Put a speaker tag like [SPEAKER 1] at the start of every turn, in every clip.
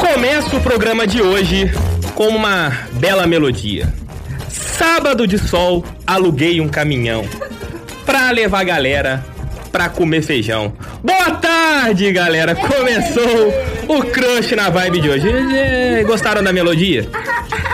[SPEAKER 1] Começa o programa de hoje com uma bela melodia. Sábado de sol, aluguei um caminhão pra levar a galera pra comer feijão. Boa tarde, galera! Começou o crush na vibe de hoje. Eh, Gostaram da melodia?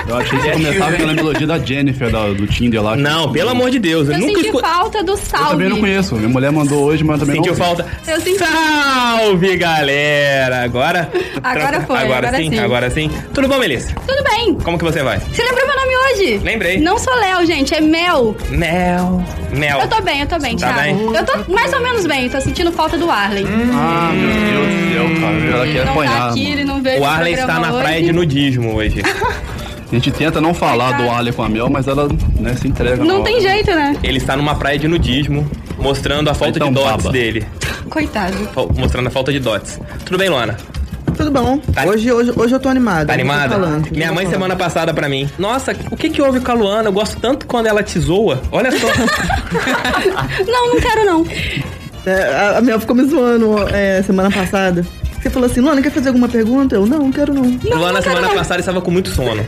[SPEAKER 2] Eu achei
[SPEAKER 3] É.
[SPEAKER 2] que começava pela melodia da Jennifer, da- do Tinder lá.
[SPEAKER 1] Não, pelo amor de Deus, eu,
[SPEAKER 3] Eu
[SPEAKER 1] nunca
[SPEAKER 3] senti
[SPEAKER 1] escutei.
[SPEAKER 3] falta do
[SPEAKER 2] Eu
[SPEAKER 3] salve.
[SPEAKER 2] também não conheço. Minha mulher mandou hoje, mas eu também
[SPEAKER 1] Sentiu
[SPEAKER 2] não ouvi.
[SPEAKER 1] falta?
[SPEAKER 3] Eu senti.
[SPEAKER 1] Salve, galera! Agora.
[SPEAKER 3] Agora foi,
[SPEAKER 1] Agora,
[SPEAKER 3] agora
[SPEAKER 1] sim,
[SPEAKER 3] sim.
[SPEAKER 1] agora sim. Tudo bom, Melissa?
[SPEAKER 3] Tudo bem.
[SPEAKER 1] Como que você vai?
[SPEAKER 3] Você lembrou meu nome hoje?
[SPEAKER 1] Lembrei.
[SPEAKER 3] Não sou Léo, gente, é Mel.
[SPEAKER 1] Mel. Mel.
[SPEAKER 3] Eu tô bem, eu tô bem,
[SPEAKER 1] Tá
[SPEAKER 3] Thiago.
[SPEAKER 1] bem? Hum.
[SPEAKER 3] Eu tô mais ou menos bem, tô sentindo falta do Arlen.
[SPEAKER 2] Ah, meu Deus do céu, cara. Ela
[SPEAKER 3] ele
[SPEAKER 2] quer
[SPEAKER 3] não tá
[SPEAKER 2] apanhar.
[SPEAKER 3] aqui,
[SPEAKER 2] mano.
[SPEAKER 3] ele não veio
[SPEAKER 1] O Arlen está na praia de nudismo hoje.
[SPEAKER 2] A gente tenta não falar do Arlen com a Mel, mas ela né, se entrega. na
[SPEAKER 3] Não
[SPEAKER 2] hora.
[SPEAKER 3] tem jeito, né?
[SPEAKER 1] Ele está numa praia de nudismo, mostrando a falta
[SPEAKER 4] um
[SPEAKER 2] Então,
[SPEAKER 1] de dots
[SPEAKER 2] baba.
[SPEAKER 1] dele.
[SPEAKER 3] Coitado.
[SPEAKER 1] Fal- Mostrando a falta de dots. Tudo bem, Luana?
[SPEAKER 4] Tudo bom. Hoje, hoje, hoje eu tô animada.
[SPEAKER 1] Tá
[SPEAKER 4] eu tô
[SPEAKER 1] animada?
[SPEAKER 4] falando.
[SPEAKER 1] Minha
[SPEAKER 4] Eu tô
[SPEAKER 1] mãe
[SPEAKER 4] falando.
[SPEAKER 1] semana passada pra mim. Nossa, o que que houve com a Luana? Eu gosto tanto quando ela te zoa. Olha só. Ah.
[SPEAKER 3] Não, não quero não.
[SPEAKER 4] É, a, a Mel ficou me zoando é, semana passada. Você falou assim, Luana, quer fazer alguma pergunta? Eu, não, não quero não.
[SPEAKER 1] Luana,
[SPEAKER 3] não quero
[SPEAKER 1] semana
[SPEAKER 3] não.
[SPEAKER 1] passada, estava com muito sono.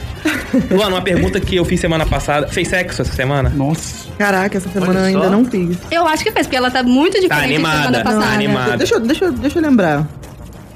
[SPEAKER 1] Luana, uma pergunta que eu fiz semana passada. Fez sexo essa semana?
[SPEAKER 2] Nossa.
[SPEAKER 4] Caraca, essa semana eu
[SPEAKER 2] Olha só.
[SPEAKER 4] ainda não fiz.
[SPEAKER 3] Eu acho que fez, porque ela tá muito diferente
[SPEAKER 1] Tá
[SPEAKER 3] da
[SPEAKER 1] animada,
[SPEAKER 3] semana
[SPEAKER 1] tá
[SPEAKER 3] passada.
[SPEAKER 1] animada.
[SPEAKER 4] Deixa, eu- deixa, eu- deixa eu lembrar.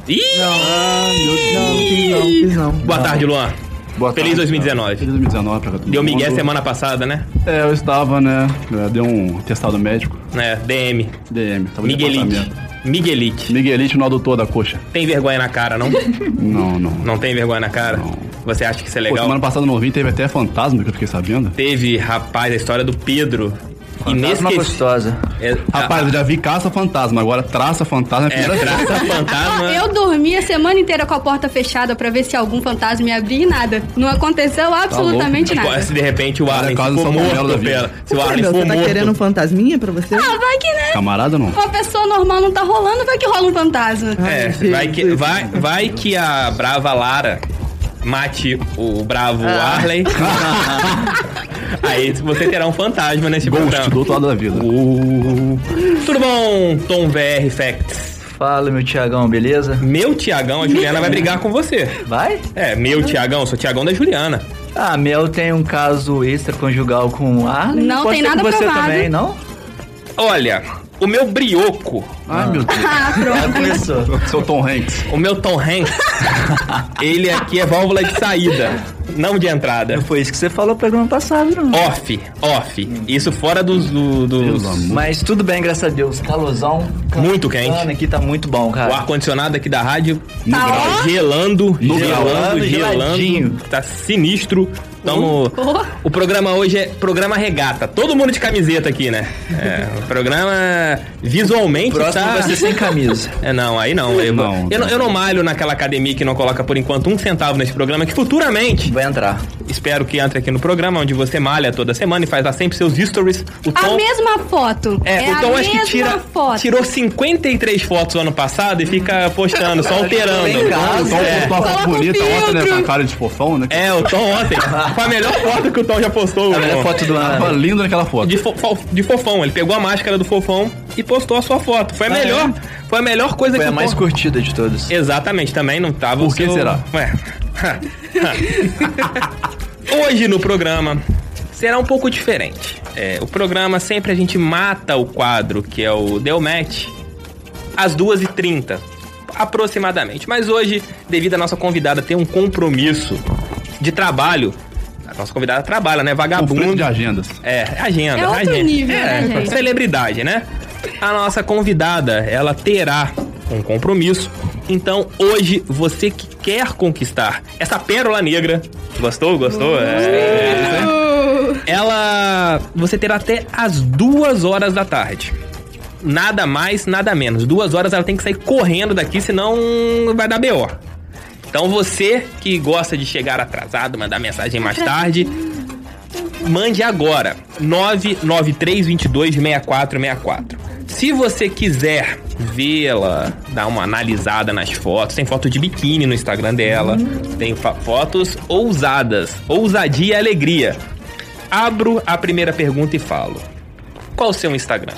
[SPEAKER 1] Ih!
[SPEAKER 2] Ah, meu Deus.
[SPEAKER 4] Não, fiz não, fiz não.
[SPEAKER 1] Boa tarde, Luan.
[SPEAKER 2] Boa
[SPEAKER 1] Feliz
[SPEAKER 2] tarde,
[SPEAKER 1] 2019.
[SPEAKER 2] cara. Feliz 2019 pra todo
[SPEAKER 1] Deu
[SPEAKER 2] mundo.
[SPEAKER 1] Miguel semana passada, né?
[SPEAKER 2] É, eu estava, né? é, Deu um testado médico.
[SPEAKER 1] É, DM.
[SPEAKER 2] DM. Tava de
[SPEAKER 1] Miguelite.
[SPEAKER 2] tratamento.
[SPEAKER 1] Miguelite.
[SPEAKER 2] Miguelite no adutor da coxa.
[SPEAKER 1] Tem vergonha na cara, não?
[SPEAKER 2] Não, não.
[SPEAKER 1] Não tem vergonha na cara?
[SPEAKER 2] Não.
[SPEAKER 1] Você acha que isso é
[SPEAKER 2] Pô,
[SPEAKER 1] legal?
[SPEAKER 2] semana passada eu não vi, teve até fantasma que eu fiquei sabendo.
[SPEAKER 1] Teve, rapaz, a história do Pedro.
[SPEAKER 5] Fantasma
[SPEAKER 1] Inesquecível.
[SPEAKER 5] gostosa.
[SPEAKER 1] É,
[SPEAKER 2] Rapaz, eu já vi caça fantasma, agora traça fantasma.
[SPEAKER 1] é, traça
[SPEAKER 3] Ó,
[SPEAKER 1] fantasma.
[SPEAKER 3] eu dormi a semana inteira com a porta fechada pra ver se algum fantasma me abria e nada. Não
[SPEAKER 2] Tá
[SPEAKER 3] aconteceu absolutamente
[SPEAKER 1] Pô,
[SPEAKER 3] nada.
[SPEAKER 1] Tipo, Se de repente o
[SPEAKER 2] Cara,
[SPEAKER 1] Arlen
[SPEAKER 2] quase
[SPEAKER 1] for
[SPEAKER 2] um salmonelo da
[SPEAKER 1] morto
[SPEAKER 2] vida.
[SPEAKER 1] pela. Se o
[SPEAKER 4] Ué,
[SPEAKER 1] Arlen
[SPEAKER 4] Mel,
[SPEAKER 1] for
[SPEAKER 4] você tá querendo um
[SPEAKER 1] morto.
[SPEAKER 4] fantasminha pra você?
[SPEAKER 3] Ah, vai que
[SPEAKER 2] Tá
[SPEAKER 3] né?
[SPEAKER 2] Camarada não.
[SPEAKER 3] Uma pessoa normal não tá rolando, vai que rola um fantasma.
[SPEAKER 1] É,
[SPEAKER 4] Ai,
[SPEAKER 1] vai que,
[SPEAKER 4] Jesus.
[SPEAKER 1] vai, vai que a brava Lara mate o bravo
[SPEAKER 4] Ah.
[SPEAKER 1] Arlen. Aí você terá um fantasma nesse
[SPEAKER 2] Ghost do
[SPEAKER 1] programa.
[SPEAKER 2] outro lado da vida.
[SPEAKER 1] Tudo bom, Tom VR Facts?
[SPEAKER 5] Fala, meu Tiagão, beleza?
[SPEAKER 1] Meu Tiagão, a Juliana vai brigar com você.
[SPEAKER 5] Vai?
[SPEAKER 1] É, meu Tiagão, sou Tiagão da Juliana.
[SPEAKER 5] Ah, Mel tem um caso extraconjugal com o Arlen.
[SPEAKER 3] Não
[SPEAKER 5] Pode
[SPEAKER 3] tem
[SPEAKER 5] ser com
[SPEAKER 3] nada
[SPEAKER 5] você
[SPEAKER 3] provado.
[SPEAKER 5] também, não?
[SPEAKER 1] Olha, o meu brioco,
[SPEAKER 2] Ai, meu Deus.
[SPEAKER 3] Ah, pronto.
[SPEAKER 5] Já começou.
[SPEAKER 2] Seu Tom Hanks.
[SPEAKER 1] o meu Tom Hanks, ele aqui é válvula de saída, não de entrada.
[SPEAKER 5] Não foi isso que você falou no programa passado, não.
[SPEAKER 1] Off, off. Isso fora dos. do- dos-
[SPEAKER 2] Deus amor.
[SPEAKER 5] Mas tudo bem, graças a Deus. Calorzão.
[SPEAKER 1] Muito quente.
[SPEAKER 5] aqui tá muito bom,
[SPEAKER 1] O
[SPEAKER 5] cara.
[SPEAKER 1] ar-condicionado aqui da rádio
[SPEAKER 3] Tá ó.
[SPEAKER 1] gelando,
[SPEAKER 2] No grau.
[SPEAKER 1] gelando,
[SPEAKER 5] Gelando,
[SPEAKER 1] gelando.
[SPEAKER 5] geladinho.
[SPEAKER 1] Tá sinistro. Tamo...
[SPEAKER 3] Oh.
[SPEAKER 1] O programa hoje é programa regata. Todo mundo de camiseta aqui, né? É, o programa visualmente
[SPEAKER 5] Próximo
[SPEAKER 1] tá.
[SPEAKER 5] vai ser sem camisa.
[SPEAKER 1] É, não, aí não. Eu eu não,
[SPEAKER 2] Não, não.
[SPEAKER 1] eu não malho naquela academia que não coloca por enquanto um centavo nesse programa, que futuramente
[SPEAKER 5] Vai entrar.
[SPEAKER 1] espero que entre aqui no programa, onde você malha toda semana e faz lá sempre seus stories. O
[SPEAKER 3] A
[SPEAKER 1] Tom,
[SPEAKER 3] mesma foto.
[SPEAKER 1] Então- é, o
[SPEAKER 3] a
[SPEAKER 1] Tom
[SPEAKER 3] mesma
[SPEAKER 1] acho que tira,
[SPEAKER 3] foto.
[SPEAKER 1] tirou 53 fotos ano passado e fica postando, só alterando.
[SPEAKER 5] Em
[SPEAKER 2] O
[SPEAKER 5] casa,
[SPEAKER 2] Tom postou
[SPEAKER 1] É.
[SPEAKER 2] uma
[SPEAKER 3] Coloca
[SPEAKER 2] foto
[SPEAKER 3] um
[SPEAKER 2] bonita ontem, né? Com a
[SPEAKER 3] filtro.
[SPEAKER 2] cara de fofão, né?
[SPEAKER 1] É, o Tom ontem. Foi a melhor foto que o Tom já postou.
[SPEAKER 5] A melhor
[SPEAKER 1] irmão.
[SPEAKER 5] foto do
[SPEAKER 2] Tava
[SPEAKER 5] ano.
[SPEAKER 2] lindo naquela foto.
[SPEAKER 1] De, fo- fo- de fofão. Ele pegou a máscara do fofão e postou a sua foto. Foi a
[SPEAKER 5] Ah,
[SPEAKER 1] melhor. Foi a melhor coisa
[SPEAKER 5] Foi
[SPEAKER 1] que
[SPEAKER 5] a
[SPEAKER 1] o
[SPEAKER 5] mais
[SPEAKER 1] Tom-
[SPEAKER 5] curtida de todas.
[SPEAKER 1] Exatamente, também não tava o
[SPEAKER 2] Por que
[SPEAKER 1] seu- É.
[SPEAKER 2] será?
[SPEAKER 1] Ué. Hoje no programa será um pouco diferente. É, o programa sempre a gente mata o quadro, que é o Deu Match, às 2h30, aproximadamente. Mas hoje, devido a nossa convidada ter um compromisso de trabalho, a nossa convidada trabalha, né?
[SPEAKER 2] Conflito Um de
[SPEAKER 1] Vagabundo.
[SPEAKER 2] agendas.
[SPEAKER 1] É, agenda.
[SPEAKER 3] É outro
[SPEAKER 1] agenda.
[SPEAKER 3] nível, né, gente?
[SPEAKER 1] Celebridade, né? A nossa convidada, ela terá um compromisso. Então, hoje, você que quer conquistar essa pérola negra. Gostou? Gostou?
[SPEAKER 3] Uh!
[SPEAKER 1] É. Ela. Você terá até as duas horas da tarde. Nada mais, nada menos. Duas horas ela tem que sair correndo daqui, senão vai dar B.O. Então você que gosta de chegar atrasado, mandar mensagem mais tarde, mande agora 993226464. Se você quiser vê-la, dar uma analisada nas fotos, tem foto de biquíni no Instagram dela, tem fa- fotos ousadas, ousadia e alegria. Abro a primeira pergunta e falo: Qual o seu Instagram?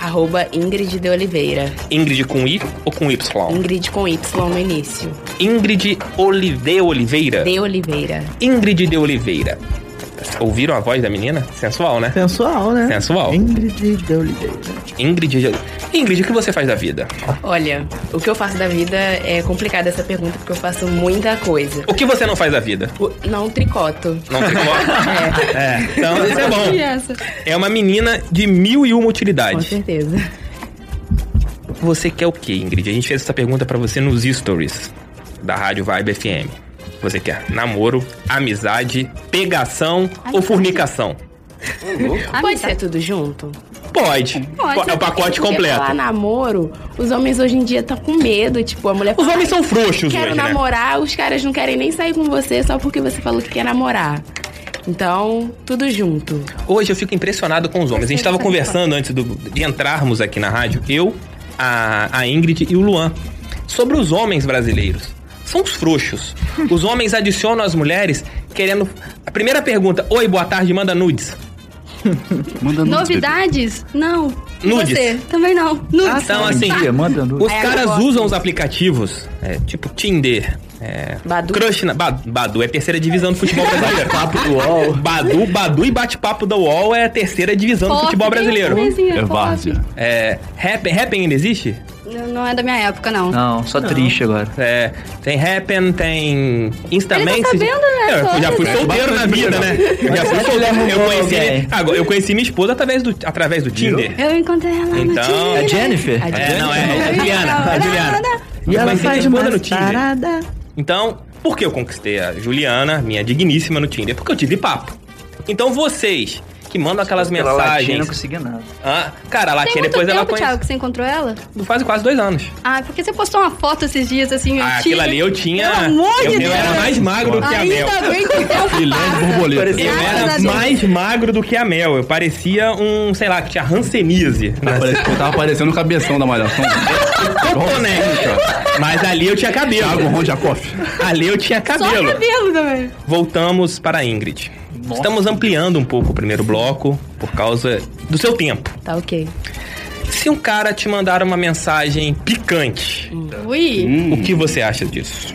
[SPEAKER 6] Arroba Ingrid de Oliveira.
[SPEAKER 1] Ingrid com I ou com Y?
[SPEAKER 6] Ingrid com Y no início.
[SPEAKER 1] Ingrid Olive Oliveira.
[SPEAKER 6] De Oliveira.
[SPEAKER 1] Ingrid de Oliveira. Ouviram a voz da menina? Sensual, né?
[SPEAKER 4] Sensual, né?
[SPEAKER 1] Sensual.
[SPEAKER 4] Ingrid de Oliveira.
[SPEAKER 1] Ingrid. de- Ingrid, o que você faz da vida?
[SPEAKER 6] Olha, o que eu faço da vida é complicada essa pergunta, porque eu faço muita coisa.
[SPEAKER 1] O que você não faz da vida?
[SPEAKER 6] O- Não tricoto.
[SPEAKER 1] Não tem como. é. Então, isso é
[SPEAKER 3] E
[SPEAKER 1] bom.
[SPEAKER 3] essa?
[SPEAKER 1] É uma menina de mil e uma
[SPEAKER 6] Com
[SPEAKER 1] utilidades.
[SPEAKER 6] certeza.
[SPEAKER 1] Você quer o quê, Ingrid? A gente fez essa pergunta pra você nos stories da Rádio Vibe FM. Você quer namoro, amizade, pegação ou fornicação?
[SPEAKER 6] Pode ser tudo junto?
[SPEAKER 1] Pode.
[SPEAKER 3] Pode.
[SPEAKER 1] É o pacote
[SPEAKER 6] Porque Falar
[SPEAKER 1] completo.
[SPEAKER 6] namoro, os homens hoje em dia estão com medo. Tipo, a mulher
[SPEAKER 1] Os
[SPEAKER 6] fala,
[SPEAKER 1] homens são frouxos
[SPEAKER 6] quero
[SPEAKER 1] hoje, né?
[SPEAKER 6] namorar, os caras não querem nem sair com você só porque você falou que quer namorar. Então, tudo junto.
[SPEAKER 1] Hoje eu fico impressionado com os homens. A gente estava conversando antes do- de entrarmos aqui na rádio, eu, a, a Ingrid e o Luan, sobre os homens brasileiros. São os frouxos. Os homens adicionam as mulheres querendo. A primeira pergunta: Oi, boa tarde, manda nudes.
[SPEAKER 2] Manda nudes,
[SPEAKER 3] Novidades? Não. E
[SPEAKER 1] Nudes.
[SPEAKER 3] Você? Também não. Nudes.
[SPEAKER 1] Então, assim,
[SPEAKER 5] Mentira, manda nude.
[SPEAKER 1] os
[SPEAKER 6] Aí
[SPEAKER 1] caras
[SPEAKER 6] agora-
[SPEAKER 1] usam os aplicativos, é, tipo Tinder, é,
[SPEAKER 6] Badu.
[SPEAKER 1] Crush na. Ba- Badu é terceira divisão do futebol brasileiro.
[SPEAKER 5] Papo do UOL.
[SPEAKER 1] Badu, Badu e bate-papo da UOL é a terceira divisão do
[SPEAKER 3] Pop,
[SPEAKER 1] futebol
[SPEAKER 3] tem
[SPEAKER 1] brasileiro.
[SPEAKER 3] uma
[SPEAKER 2] bebê.
[SPEAKER 3] coisinha,
[SPEAKER 2] É
[SPEAKER 3] pop.
[SPEAKER 2] várzea.
[SPEAKER 1] É, Happen, Happen ainda existe?
[SPEAKER 3] Não, não é da minha época, não.
[SPEAKER 5] Não, só triste agora.
[SPEAKER 1] É, tem Happen, tem Instaman.
[SPEAKER 3] Ele tá sabendo, né,
[SPEAKER 1] Eu já fui
[SPEAKER 3] todas.
[SPEAKER 1] solteiro na vida, né? Eu
[SPEAKER 4] é
[SPEAKER 1] já fui solteiro. Eu conheci,
[SPEAKER 5] alguém.
[SPEAKER 1] agora, eu conheci minha esposa através do, através do Tinder.
[SPEAKER 3] Eu encontrei ela
[SPEAKER 1] Então-
[SPEAKER 3] no
[SPEAKER 5] É
[SPEAKER 3] Tinder.
[SPEAKER 5] Jennifer?
[SPEAKER 6] A
[SPEAKER 1] É, não, é, é a Juliana, é a Juliana. Eu
[SPEAKER 4] E ela
[SPEAKER 1] conheci
[SPEAKER 4] faz
[SPEAKER 1] minha esposa
[SPEAKER 4] uma
[SPEAKER 1] no Tinder.
[SPEAKER 4] tarada.
[SPEAKER 1] Então, por que eu conquistei a Juliana, minha digníssima, no Tinder? Porque eu tive papo. Então vocês que mandam aquelas
[SPEAKER 5] Pela latinha, não
[SPEAKER 1] mensagens.
[SPEAKER 5] consegui nada.
[SPEAKER 1] Ah, cara, a
[SPEAKER 3] Tem
[SPEAKER 1] latinha
[SPEAKER 3] muito
[SPEAKER 1] depois
[SPEAKER 3] tempo,
[SPEAKER 1] ela conhece.
[SPEAKER 3] Thiago, que você encontrou ela?
[SPEAKER 1] Faz quase dois anos.
[SPEAKER 3] Ah, porque você postou uma foto esses dias, assim,
[SPEAKER 1] Ah,
[SPEAKER 3] antiga.
[SPEAKER 1] aquilo ali eu tinha.
[SPEAKER 3] Pelo amor
[SPEAKER 1] eu,
[SPEAKER 3] de
[SPEAKER 1] eu
[SPEAKER 3] Deus.
[SPEAKER 1] era mais magro do que a Mel.
[SPEAKER 3] Ainda tá bem que um o tempo
[SPEAKER 2] Filé de
[SPEAKER 3] passa.
[SPEAKER 2] borboleta.
[SPEAKER 5] Parecia-
[SPEAKER 1] Eu
[SPEAKER 3] Graças a
[SPEAKER 1] era
[SPEAKER 3] Deus.
[SPEAKER 1] mais magro do que a Mel. Eu parecia um, sei lá, que tinha ranceníase.
[SPEAKER 2] Tá parecendo- eu tava parecendo o cabeção da malhação.
[SPEAKER 1] Cotonete, ó. Mas ali eu tinha
[SPEAKER 2] Thiago
[SPEAKER 1] cabelo.
[SPEAKER 2] Ron Jacoff.
[SPEAKER 1] Ali eu tinha
[SPEAKER 3] Só
[SPEAKER 1] cabelo.
[SPEAKER 3] cabelo também.
[SPEAKER 1] Voltamos para a Ingrid. Estamos ampliando um pouco o primeiro bloco por causa do seu tempo.
[SPEAKER 6] Tá ok.
[SPEAKER 1] Se um cara te mandar uma mensagem picante,
[SPEAKER 3] Ui.
[SPEAKER 1] o que você acha disso?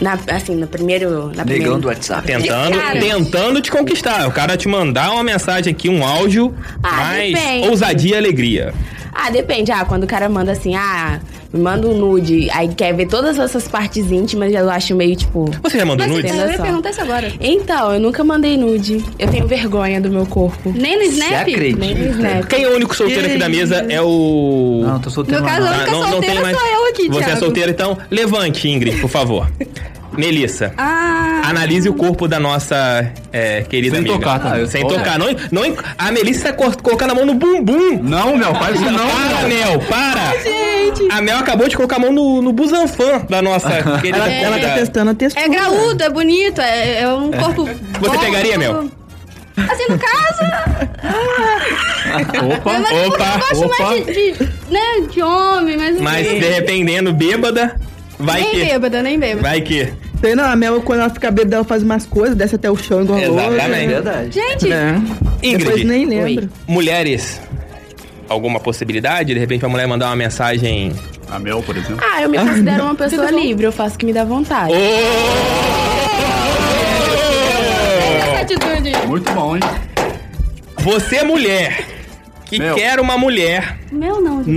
[SPEAKER 6] Na, assim, no primeiro. Na
[SPEAKER 5] Negão
[SPEAKER 6] primeira-
[SPEAKER 5] do WhatsApp.
[SPEAKER 1] Tentando,
[SPEAKER 3] cara.
[SPEAKER 1] tentando te conquistar. O cara te mandar uma mensagem aqui, um áudio,
[SPEAKER 6] Ah,
[SPEAKER 1] mais
[SPEAKER 6] depende.
[SPEAKER 1] ousadia e alegria.
[SPEAKER 6] Ah, depende. Ah, quando o cara manda assim, ah, me manda um nude, aí quer ver todas essas partes íntimas, eu acho meio tipo.
[SPEAKER 1] Você já mandou
[SPEAKER 3] Mas
[SPEAKER 1] nudes?
[SPEAKER 3] então, eu ia perguntar isso agora.
[SPEAKER 6] Então, eu nunca mandei nude. Eu tenho vergonha do meu corpo.
[SPEAKER 3] Nem no
[SPEAKER 5] Você
[SPEAKER 3] Snap?
[SPEAKER 6] Nem no
[SPEAKER 3] né?
[SPEAKER 5] acredita?
[SPEAKER 6] Snap.
[SPEAKER 1] Quem é o único solteiro aqui da mesa é o.
[SPEAKER 5] Não, tô solteiro.
[SPEAKER 3] No
[SPEAKER 5] não.
[SPEAKER 3] caso, a única solteira sou eu aqui,
[SPEAKER 1] Você é
[SPEAKER 3] Thiago.
[SPEAKER 1] solteira, então levante, Ingrid, por favor. Melissa.
[SPEAKER 3] Ah,
[SPEAKER 1] Analise o corpo da nossa é, querida
[SPEAKER 2] Sem
[SPEAKER 1] amiga. Ah,
[SPEAKER 2] tocar, tá?
[SPEAKER 1] Sem
[SPEAKER 2] Olha.
[SPEAKER 1] tocar. Não, não, a Melissa co- colocando a mão no bumbum.
[SPEAKER 2] Não, meu, faz isso não,
[SPEAKER 1] para,
[SPEAKER 2] meu.
[SPEAKER 1] Mel, para. A Mel acabou de colocar a mão no, no busanfã da nossa querida
[SPEAKER 4] Ela, ela tá
[SPEAKER 1] amiga.
[SPEAKER 4] testando a textura.
[SPEAKER 3] é graúdo, é bonito, é, é um corpo...
[SPEAKER 1] Você pegaria, Mel?
[SPEAKER 3] Assim, no caso,
[SPEAKER 2] Opa,
[SPEAKER 3] mas
[SPEAKER 1] opa,
[SPEAKER 3] eu gosto mais de, de- né, de homem, mas...
[SPEAKER 1] Mas se dependendo, bêbada, vai
[SPEAKER 3] nem
[SPEAKER 1] que...
[SPEAKER 3] bêbada, nem bêbada.
[SPEAKER 1] Vai que...
[SPEAKER 4] Sei não, a Mel, quando ela fica bêbada, ela faz umas coisas, desce até o chão igual louca. Né?
[SPEAKER 5] É
[SPEAKER 1] Exatamente.
[SPEAKER 5] verdade.
[SPEAKER 3] Gente,
[SPEAKER 4] Depois
[SPEAKER 1] Ingrid,
[SPEAKER 4] nem lembra.
[SPEAKER 1] mulheres, alguma possibilidade? De repente, uma mulher mandar uma mensagem...
[SPEAKER 2] A Mel, por exemplo.
[SPEAKER 6] Ah, eu me considero uma pessoa livre, eu faço o que me dá vontade.
[SPEAKER 3] essa é atitude.
[SPEAKER 2] Muito bom, hein?
[SPEAKER 1] Você, é mulher, que
[SPEAKER 2] Mel.
[SPEAKER 1] quer uma mulher,
[SPEAKER 3] Meu não, gente.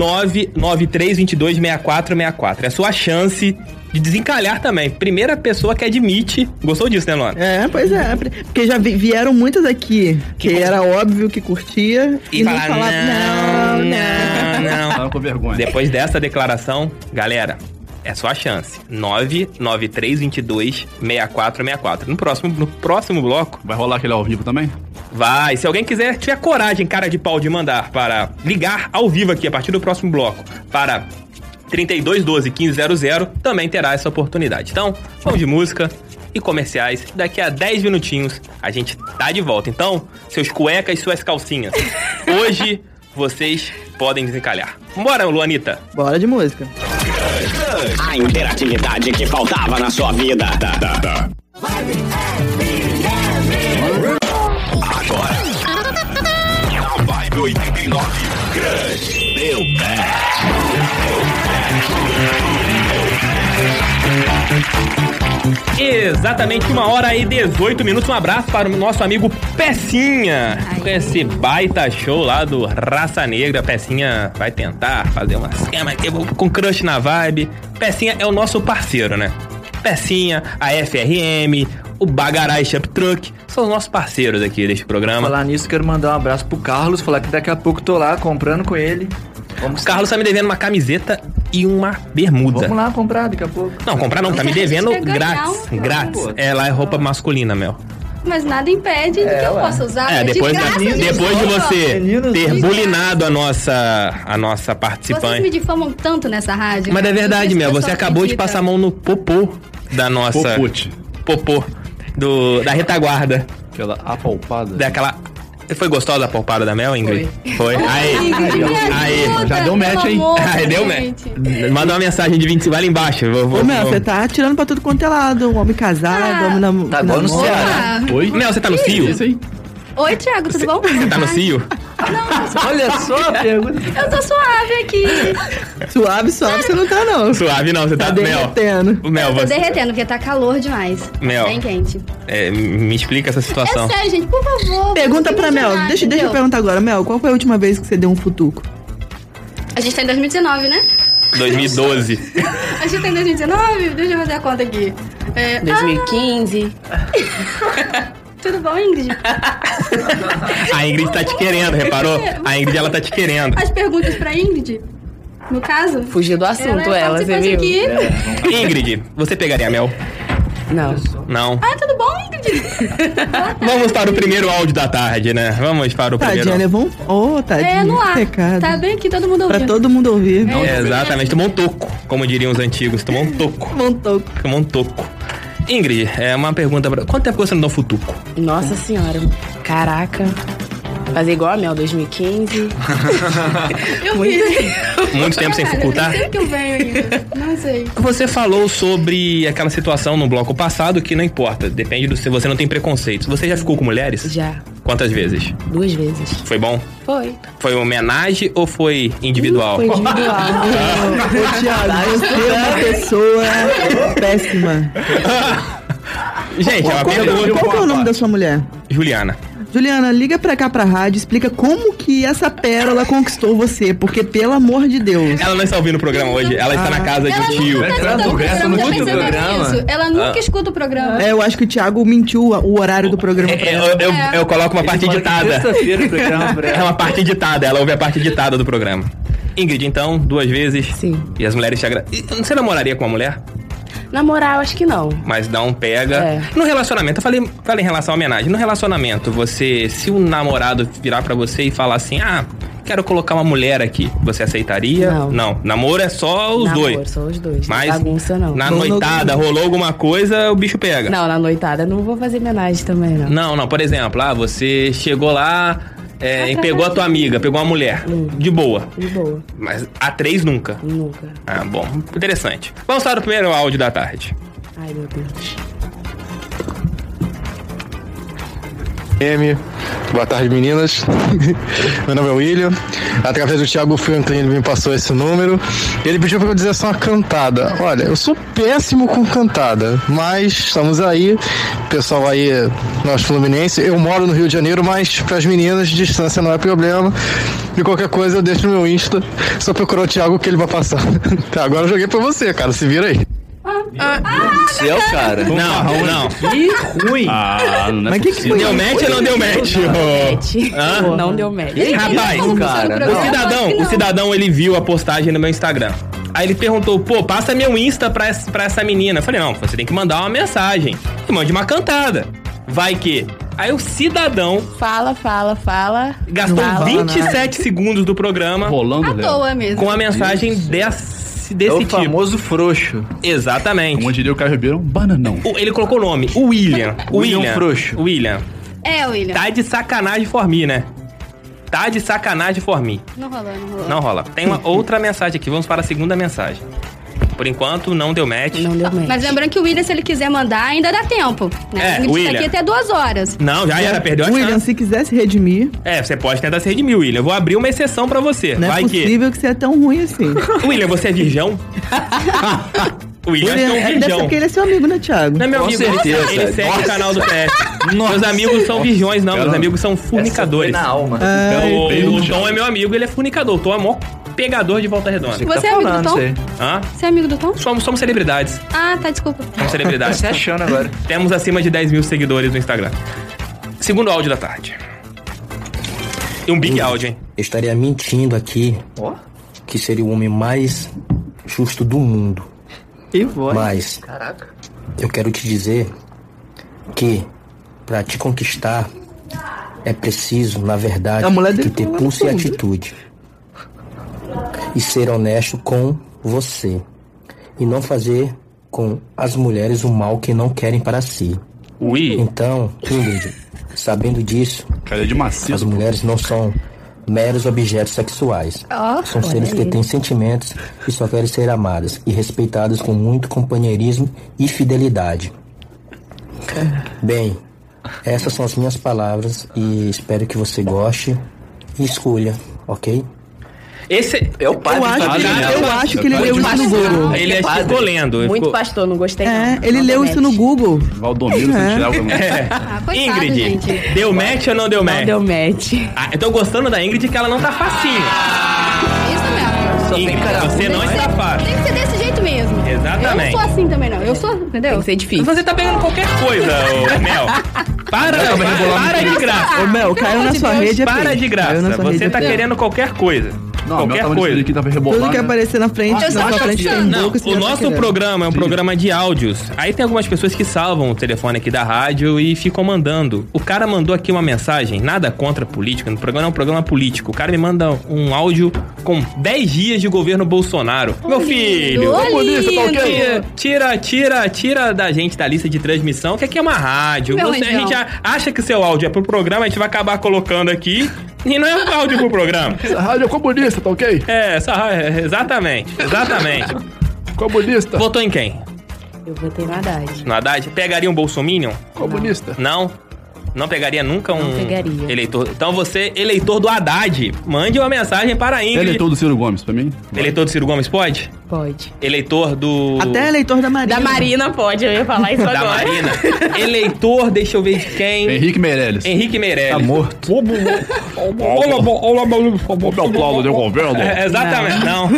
[SPEAKER 1] 993226464. É a sua chance de desencalhar também. Primeira pessoa que admite. Gostou disso, né, Luana?
[SPEAKER 4] É, pois é. Porque já vi- vieram muitas aqui que era óbvio que curtia e, não
[SPEAKER 1] falar,
[SPEAKER 4] falava, não, não.
[SPEAKER 1] não,
[SPEAKER 2] Tava com vergonha.
[SPEAKER 1] Depois dessa declaração, galera, é sua chance. 993226464. No próximo, no próximo bloco,
[SPEAKER 2] Vai rolar aquele ao vivo também?
[SPEAKER 1] Vai, se alguém quiser, tiver coragem, cara de pau, de mandar para ligar ao vivo aqui a partir do próximo bloco para 3212 1500, também terá essa oportunidade. Então, vamos de música e comerciais. Daqui a 10 minutinhos a gente tá de volta. Então, seus cuecas e suas calcinhas. Hoje vocês podem desencalhar. Bora, Luanita.
[SPEAKER 4] Bora de música.
[SPEAKER 7] A interatividade que faltava na sua vida. Agora. Vibe 80. 99. Crush, meu pé.
[SPEAKER 1] Exatamente uma hora e 18 minutos. Um abraço para o nosso amigo Pecinha.
[SPEAKER 3] Aí.
[SPEAKER 1] Com esse baita show lá do Raça Negra. Pecinha vai tentar fazer uma esquema aqui com crush na vibe. Pecinha é o nosso parceiro, né? Pecinha, a FRM, o Bagarai Shop Truck. São os nossos parceiros aqui deste programa.
[SPEAKER 5] Falar nisso, quero mandar um abraço pro Carlos, falar que daqui a pouco tô lá comprando com ele. Vamos,
[SPEAKER 1] Carlos tá me devendo uma camiseta e uma bermuda.
[SPEAKER 5] vamos lá comprar daqui a pouco.
[SPEAKER 1] Não, comprar não, tá me
[SPEAKER 3] Mas a gente
[SPEAKER 1] devendo
[SPEAKER 3] vai ganhar
[SPEAKER 1] grátis.
[SPEAKER 3] um-
[SPEAKER 1] Grátis.
[SPEAKER 5] Pô.
[SPEAKER 1] É, lá é roupa masculina, Mel.
[SPEAKER 3] Mas nada impede do que eu
[SPEAKER 5] ué.
[SPEAKER 3] possa usar.
[SPEAKER 1] É, depois,
[SPEAKER 3] de, graça,
[SPEAKER 1] da-
[SPEAKER 3] gente,
[SPEAKER 1] depois de
[SPEAKER 3] olha só.
[SPEAKER 1] você
[SPEAKER 5] Meninos,
[SPEAKER 1] ter
[SPEAKER 3] de
[SPEAKER 1] bulinado a nossa, a nossa
[SPEAKER 3] Vocês me
[SPEAKER 1] participante.
[SPEAKER 3] difamam tanto nessa rádio.
[SPEAKER 1] Mas é verdade,
[SPEAKER 3] Não sei se
[SPEAKER 1] Mel,
[SPEAKER 3] o
[SPEAKER 1] você
[SPEAKER 3] pessoal
[SPEAKER 1] acabou de
[SPEAKER 3] acredita.
[SPEAKER 1] passar a mão no popô da nossa.
[SPEAKER 2] Popute.
[SPEAKER 1] Popô. Do, da retaguarda.
[SPEAKER 2] Aquela apalpada.
[SPEAKER 1] Daquela. Foi gostosa a poupada da Mel, Ingrid? Foi. Aí.
[SPEAKER 3] Ingrid, me ajuda,
[SPEAKER 1] Aí.
[SPEAKER 2] Já deu match,
[SPEAKER 3] pelo
[SPEAKER 2] hein?
[SPEAKER 3] amor,
[SPEAKER 1] Aí deu, né?
[SPEAKER 3] gente.
[SPEAKER 1] Manda uma mensagem de 25, vai lá embaixo. eu Vou, vou,
[SPEAKER 4] Ô, Mel,
[SPEAKER 1] vou-
[SPEAKER 4] você tá atirando pra tudo quanto é lado. Homem casado, homem namorado.
[SPEAKER 5] Tá igual no Ceará.
[SPEAKER 3] Ah.
[SPEAKER 2] Oi?
[SPEAKER 1] Mel, você tá no cio?
[SPEAKER 2] Isso
[SPEAKER 1] Você
[SPEAKER 2] aí.
[SPEAKER 3] Oi, Thiago, tudo bom?
[SPEAKER 1] tá no cio?
[SPEAKER 5] Olha só a pergunta.
[SPEAKER 3] Eu tô suave aqui.
[SPEAKER 4] Suave, suave, você não tá, não.
[SPEAKER 1] Suave não, você tá,
[SPEAKER 4] Tá
[SPEAKER 1] Mel.
[SPEAKER 4] derretendo.
[SPEAKER 1] Mel,
[SPEAKER 3] Eu tô
[SPEAKER 1] você.
[SPEAKER 3] derretendo, porque tá calor demais. Tá
[SPEAKER 1] Mel.
[SPEAKER 3] Bem quente.
[SPEAKER 1] é, me explica essa situação.
[SPEAKER 3] É sério, gente, por favor.
[SPEAKER 4] Pergunta pra Mel.
[SPEAKER 3] nada,
[SPEAKER 4] Deixa, deixa eu
[SPEAKER 3] entendeu?
[SPEAKER 4] perguntar agora, Mel. Qual foi a última vez que você deu um futuco?
[SPEAKER 3] A gente tá em 2019, né?
[SPEAKER 1] 2012.
[SPEAKER 3] A gente tá em 2019? Deixa eu fazer a conta aqui. É, ah,
[SPEAKER 6] 2015.
[SPEAKER 3] tudo bom, Ingrid?
[SPEAKER 1] A Ingrid tá te querendo, reparou? A Ingrid, ela tá te querendo.
[SPEAKER 3] As perguntas pra Ingrid, no caso.
[SPEAKER 6] Fugiu do assunto
[SPEAKER 3] é
[SPEAKER 6] ela, você
[SPEAKER 3] participante
[SPEAKER 6] viu?
[SPEAKER 3] aqui.
[SPEAKER 1] Ingrid, você pegaria a Mel?
[SPEAKER 6] Não.
[SPEAKER 1] Não.
[SPEAKER 3] Ah, tudo bom, Ingrid?
[SPEAKER 1] Vamos para o primeiro áudio da tarde, né? Vamos para o primeiro.
[SPEAKER 4] Tadinha, levou um. Ô, tadinha.
[SPEAKER 3] É, no ar.
[SPEAKER 4] Pecado.
[SPEAKER 3] Tá bem aqui, todo mundo
[SPEAKER 4] Pra
[SPEAKER 3] ouvindo.
[SPEAKER 4] todo mundo ouvir.
[SPEAKER 3] É.
[SPEAKER 1] É, exatamente, tomou um toco, como diriam os antigos. Tomou um toco.
[SPEAKER 4] Montou.
[SPEAKER 1] Tomou um toco. Ingrid, é uma pergunta pra. Quanto tempo você não dá um futuco?
[SPEAKER 6] Nossa senhora. Caraca. Fazer igual a Mel 2015.
[SPEAKER 3] Eu fiz.
[SPEAKER 1] Muito tempo sem
[SPEAKER 3] Não
[SPEAKER 1] fucutar?
[SPEAKER 3] sei que eu venho ainda. Não sei.
[SPEAKER 1] Você falou sobre aquela situação no bloco passado que não importa, depende do se você não tem preconceitos. Você já ficou com mulheres?
[SPEAKER 6] Já.
[SPEAKER 1] Quantas vezes?
[SPEAKER 6] Duas vezes.
[SPEAKER 1] Foi bom?
[SPEAKER 6] Foi.
[SPEAKER 1] Foi homenagem ou foi individual?
[SPEAKER 6] Foi individual.
[SPEAKER 4] Ô, Thiago, você é uma pessoa péssima.
[SPEAKER 1] Gente, é uma
[SPEAKER 4] Qual, que é o-
[SPEAKER 1] pergunta.
[SPEAKER 4] qual que é o nome da sua mulher?
[SPEAKER 1] Juliana.
[SPEAKER 4] Juliana, liga pra cá pra rádio, explica como que essa pérola conquistou você, porque pelo amor de Deus.
[SPEAKER 1] Ela não está ouvindo o programa hoje, ela
[SPEAKER 6] tá.
[SPEAKER 1] está na casa de um
[SPEAKER 3] Ela
[SPEAKER 1] tio.
[SPEAKER 3] nunca
[SPEAKER 5] Entrando
[SPEAKER 3] escuta o
[SPEAKER 5] resto
[SPEAKER 3] programa,
[SPEAKER 5] no
[SPEAKER 3] já
[SPEAKER 5] outro
[SPEAKER 3] percebeu
[SPEAKER 5] programa.
[SPEAKER 3] isso? Ela nunca escuta o programa.
[SPEAKER 4] É, eu acho que o Thiago mentiu o horário do programa pra
[SPEAKER 1] É,
[SPEAKER 4] ela.
[SPEAKER 1] Eu, eu-
[SPEAKER 3] É.
[SPEAKER 1] eu coloco uma parte
[SPEAKER 5] Fala que
[SPEAKER 1] editada.
[SPEAKER 5] Sexta-feira o programa pra
[SPEAKER 1] É
[SPEAKER 5] ela.
[SPEAKER 1] uma parte editada, ela ouve a parte editada do programa. Ingrid, então, duas vezes.
[SPEAKER 6] Sim.
[SPEAKER 1] E as mulheres te agradecem. Você namoraria com uma mulher?
[SPEAKER 6] Na moral, acho que não.
[SPEAKER 1] Mas dá um pega.
[SPEAKER 6] É.
[SPEAKER 1] No relacionamento, eu falei, falei em relação à homenagem. No relacionamento, você, se o namorado virar pra você e falar assim, ah, quero colocar uma mulher aqui, você aceitaria?
[SPEAKER 6] Não.
[SPEAKER 1] Namoro é só os
[SPEAKER 6] Namoro,
[SPEAKER 1] dois.
[SPEAKER 6] Só os dois.
[SPEAKER 1] Mas
[SPEAKER 6] Bagunça não.
[SPEAKER 1] na
[SPEAKER 4] Não, não,
[SPEAKER 1] noitada
[SPEAKER 4] não.
[SPEAKER 1] rolou alguma coisa, o bicho pega.
[SPEAKER 6] Não, na noitada não vou fazer homenagem também, não.
[SPEAKER 1] Não, não, por exemplo, ah, você chegou lá é, e pegou a tua amiga, pegou uma mulher.
[SPEAKER 6] Hum.
[SPEAKER 1] De boa.
[SPEAKER 6] De boa.
[SPEAKER 1] Mas a três nunca.
[SPEAKER 6] Nunca.
[SPEAKER 1] Ah, bom, interessante. Vamos para o primeiro áudio da tarde.
[SPEAKER 6] Ai, meu Deus.
[SPEAKER 8] M. Boa tarde, meninas. Meu nome é William. Através do Thiago Franklin, ele me passou esse número. Ele pediu pra eu dizer só uma cantada. Olha, eu sou péssimo com cantada, mas estamos aí. Pessoal aí, nós Fluminense. Eu moro no Rio de Janeiro, mas para as meninas, distância não é problema. E qualquer coisa eu deixo no meu Insta. Só procurar o Thiago que ele vai passar. Tá, agora eu joguei pra você, cara. Se vira aí.
[SPEAKER 5] Céu, cara.
[SPEAKER 1] Não, não.
[SPEAKER 5] Que ruim.
[SPEAKER 2] Ah, não é
[SPEAKER 4] Mas que que
[SPEAKER 2] possível.
[SPEAKER 1] Deu match ou não deu match? Hã?
[SPEAKER 6] Não deu match.
[SPEAKER 1] Ih, Rapaz,
[SPEAKER 3] Não,
[SPEAKER 5] cara,
[SPEAKER 3] funciona
[SPEAKER 5] não.
[SPEAKER 1] o
[SPEAKER 3] programa, eu acho
[SPEAKER 1] cidadão,
[SPEAKER 3] que
[SPEAKER 1] o
[SPEAKER 3] não.
[SPEAKER 1] cidadão, ele viu a postagem no meu Instagram. Aí ele perguntou, pô, passa meu Insta pra, essa- pra essa menina. Eu falei, não, você tem que mandar uma mensagem. E mande uma cantada. Vai que. Aí o cidadão
[SPEAKER 6] Fala, fala, fala.
[SPEAKER 1] gastou
[SPEAKER 6] fala.
[SPEAKER 1] 27 segundos do programa
[SPEAKER 2] Rolando,
[SPEAKER 3] À
[SPEAKER 2] velho.
[SPEAKER 3] toa mesmo.
[SPEAKER 1] com a mensagem desse,
[SPEAKER 5] É
[SPEAKER 1] desse
[SPEAKER 5] o
[SPEAKER 1] tipo.
[SPEAKER 5] famoso frouxo.
[SPEAKER 1] Exatamente.
[SPEAKER 2] Como diria o Caio Ribeiro, um bananão.
[SPEAKER 1] O- Ele colocou o nome, o William.
[SPEAKER 5] William
[SPEAKER 1] William
[SPEAKER 5] Frouxo.
[SPEAKER 1] William.
[SPEAKER 3] É, William.
[SPEAKER 1] Tá de sacanagem for me, né? Tá de sacanagem for me.
[SPEAKER 3] Não rolou, não rolou.
[SPEAKER 1] Não rola. Tem uma outra mensagem aqui. Vamos para a segunda mensagem. Por enquanto, não deu match.
[SPEAKER 6] Não deu match.
[SPEAKER 3] Mas lembrando que o William, se ele quiser mandar, ainda dá tempo.
[SPEAKER 1] É,
[SPEAKER 3] Né? A Ingrid
[SPEAKER 1] William.
[SPEAKER 3] tá aqui até duas horas.
[SPEAKER 1] Não, já era, perdeu a
[SPEAKER 4] William,
[SPEAKER 1] chance.
[SPEAKER 4] se quiser se redimir,
[SPEAKER 1] É, você pode tentar se redimir, William. Eu vou abrir uma exceção pra você.
[SPEAKER 4] não
[SPEAKER 1] Vai
[SPEAKER 4] é possível que você é tão ruim assim.
[SPEAKER 1] que. William, você é virgão? William, é
[SPEAKER 4] William,
[SPEAKER 1] um
[SPEAKER 4] deve ser
[SPEAKER 1] virgão.
[SPEAKER 4] porque ele é seu amigo, né, Thiago?
[SPEAKER 1] Não é meu
[SPEAKER 5] Com
[SPEAKER 1] amigo,
[SPEAKER 5] certeza.
[SPEAKER 1] ele segue
[SPEAKER 5] Nossa.
[SPEAKER 1] o canal do PS. Meus amigos são virgões, não. Meus
[SPEAKER 2] Caramba.
[SPEAKER 1] amigos são
[SPEAKER 5] Foi
[SPEAKER 1] funicadores. Então,
[SPEAKER 5] na alma.
[SPEAKER 3] Ah.
[SPEAKER 4] Ai,
[SPEAKER 1] O,
[SPEAKER 4] Deus.
[SPEAKER 1] o Tom é meu amigo, ele é funicador. O Tom é o maior pegador de volta redonda.
[SPEAKER 3] Você é amigo do Tom?
[SPEAKER 5] Tá Você
[SPEAKER 1] Hã?
[SPEAKER 3] Você é amigo do Tom?
[SPEAKER 1] Somos, somos celebridades.
[SPEAKER 3] Ah, tá, desculpa.
[SPEAKER 1] Somos
[SPEAKER 5] Tá
[SPEAKER 1] celebridades.
[SPEAKER 5] se achando agora.
[SPEAKER 1] Temos acima de 10 mil seguidores no Instagram. Segundo áudio da tarde. E um big áudio, hein?
[SPEAKER 9] Eu estaria mentindo aqui
[SPEAKER 5] Ó.
[SPEAKER 9] que seria o homem mais justo do mundo.
[SPEAKER 4] E voz.
[SPEAKER 9] Mas
[SPEAKER 5] Caraca.
[SPEAKER 9] eu quero te dizer que para te conquistar é preciso, na verdade,
[SPEAKER 4] A mulher
[SPEAKER 9] que
[SPEAKER 4] dele
[SPEAKER 9] ter
[SPEAKER 4] falou
[SPEAKER 9] pulso e
[SPEAKER 4] tudo.
[SPEAKER 9] atitude. E ser honesto com você. E não fazer com as mulheres o mal que não querem para si.
[SPEAKER 1] Ui.
[SPEAKER 9] Então, Ingrid, sabendo disso,
[SPEAKER 2] Cara, é de
[SPEAKER 9] as
[SPEAKER 2] maciço.
[SPEAKER 9] mulheres não são meros objetos sexuais.
[SPEAKER 3] Ó.
[SPEAKER 9] São seres que têm sentimentos e só querem ser amadas e respeitadas com muito companheirismo e fidelidade. Bem, essas são as minhas palavras e espero que você goste e escolha, ok?
[SPEAKER 1] Esse.
[SPEAKER 5] É o pai
[SPEAKER 4] Eu
[SPEAKER 5] do
[SPEAKER 4] acho,
[SPEAKER 5] Fábio,
[SPEAKER 4] que,
[SPEAKER 5] né?
[SPEAKER 4] eu acho que ele leu isso no Google.
[SPEAKER 1] Ele é
[SPEAKER 5] padre.
[SPEAKER 1] escolhendo.
[SPEAKER 6] Muito pastor, não gostei. não.
[SPEAKER 4] É, ele
[SPEAKER 6] Não deu
[SPEAKER 4] leu isso no
[SPEAKER 6] match.
[SPEAKER 4] Google.
[SPEAKER 2] Tá Valdomiro Santiago também.
[SPEAKER 3] Ah, coitado,
[SPEAKER 1] É. Ingrid,
[SPEAKER 3] gente.
[SPEAKER 1] deu match ou não deu match?
[SPEAKER 6] Não deu match.
[SPEAKER 1] Ah, eu tô gostando da Ingrid que ela não tá facinho.
[SPEAKER 3] Isso mesmo.
[SPEAKER 5] Só tem
[SPEAKER 1] Ingrid,
[SPEAKER 5] cara
[SPEAKER 1] você não
[SPEAKER 3] Tem que
[SPEAKER 1] está
[SPEAKER 3] ser-
[SPEAKER 1] fácil.
[SPEAKER 3] Tem que ser desse jeito mesmo.
[SPEAKER 1] Exatamente.
[SPEAKER 3] Eu não sou assim também, não. Eu sou,
[SPEAKER 6] Tem
[SPEAKER 3] entendeu?
[SPEAKER 6] que ser difícil.
[SPEAKER 1] Você tá pegando qualquer coisa, ô, Mel. Para, para, para de graça.
[SPEAKER 4] Ô, Mel,
[SPEAKER 3] pelo
[SPEAKER 4] caiu
[SPEAKER 3] amor
[SPEAKER 4] na
[SPEAKER 3] de
[SPEAKER 4] sua
[SPEAKER 3] Deus,
[SPEAKER 4] rede é
[SPEAKER 1] Para
[SPEAKER 4] feio.
[SPEAKER 1] de
[SPEAKER 4] Caiu na
[SPEAKER 1] graça.
[SPEAKER 4] sua
[SPEAKER 1] Você
[SPEAKER 4] rede
[SPEAKER 1] tá
[SPEAKER 4] é feio.
[SPEAKER 1] querendo qualquer coisa.
[SPEAKER 2] Não, meu
[SPEAKER 1] qualquer
[SPEAKER 2] tava
[SPEAKER 1] coisa.
[SPEAKER 2] coisa. aqui, tava rebolando. né?
[SPEAKER 4] Tudo que aparecer na frente, na
[SPEAKER 3] eu
[SPEAKER 4] sua
[SPEAKER 3] acho
[SPEAKER 4] frente
[SPEAKER 3] que- Não,
[SPEAKER 4] tem
[SPEAKER 1] Não,
[SPEAKER 4] boca. esse
[SPEAKER 1] o
[SPEAKER 4] cara tá
[SPEAKER 1] nosso
[SPEAKER 4] querendo.
[SPEAKER 1] programa é um programa de áudios. Aí tem algumas pessoas que salvam o telefone aqui da rádio e ficam mandando. O cara mandou aqui uma mensagem, nada contra a política, no programa é um programa político. O cara me manda um áudio com 10 dias de governo Bolsonaro. Meu filho,
[SPEAKER 3] Ô, lindo.
[SPEAKER 1] Tira, tira, tira, tira da gente da lista de transmissão, que aqui é uma rádio.
[SPEAKER 3] Meu
[SPEAKER 1] Você- a
[SPEAKER 3] anjão.
[SPEAKER 1] gente a- acha que seu áudio é pro programa, a gente vai acabar colocando aqui. E não é um áudio pro programa.
[SPEAKER 2] Essa rádio é comunista, tá ok?
[SPEAKER 1] É, essa, é, exatamente, exatamente.
[SPEAKER 2] Comunista,
[SPEAKER 1] Votou em quem?
[SPEAKER 6] Eu votei no Haddad.
[SPEAKER 1] No Haddad? Pegaria um Bolsominion?
[SPEAKER 2] comunista.
[SPEAKER 1] Não? Não pegaria nunca um
[SPEAKER 6] pegaria.
[SPEAKER 1] eleitor. Então você, eleitor do Haddad, mande uma mensagem para a Ingrid.
[SPEAKER 2] Ele é todo Ciro Gomes, pra mim.
[SPEAKER 1] Eleitor do Ciro Gomes pode?
[SPEAKER 6] Pode.
[SPEAKER 1] Eleitor do.
[SPEAKER 4] Até eleitor da Marina.
[SPEAKER 6] Da Marina pode, eu ia falar isso
[SPEAKER 1] Da
[SPEAKER 6] agora.
[SPEAKER 1] Marina. eleitor, deixa eu ver de quem.
[SPEAKER 2] Henrique Meirelles.
[SPEAKER 1] Henrique
[SPEAKER 2] Tá
[SPEAKER 1] Meirelles.
[SPEAKER 2] morto. Meu plano um de governo.
[SPEAKER 1] É, exatamente. Não.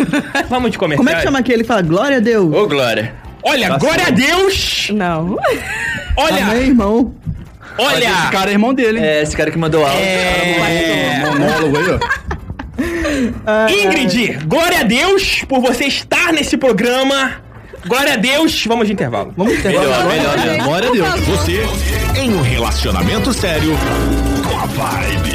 [SPEAKER 1] Vamos de comercial.
[SPEAKER 4] Como é que chama aquele? Ele fala, glória a Deus.
[SPEAKER 1] Ô, Glória. Olha,
[SPEAKER 2] Tá
[SPEAKER 1] glória a Deus!
[SPEAKER 6] Não.
[SPEAKER 1] Olha,
[SPEAKER 4] Amém, irmão.
[SPEAKER 1] olha!
[SPEAKER 2] Esse cara é irmão dele, hein? Tá
[SPEAKER 5] É, esse cara que mandou áudio.
[SPEAKER 1] É,
[SPEAKER 2] Monólogo aí, ó.
[SPEAKER 1] Ingrid, glória a Deus por você estar nesse programa. Glória a Deus. Vamos de intervalo.
[SPEAKER 4] Vamos ter
[SPEAKER 5] Melhor, melhor, melhor.
[SPEAKER 1] É.
[SPEAKER 2] Glória a Deus.
[SPEAKER 7] Você em um relacionamento sério com a vibe.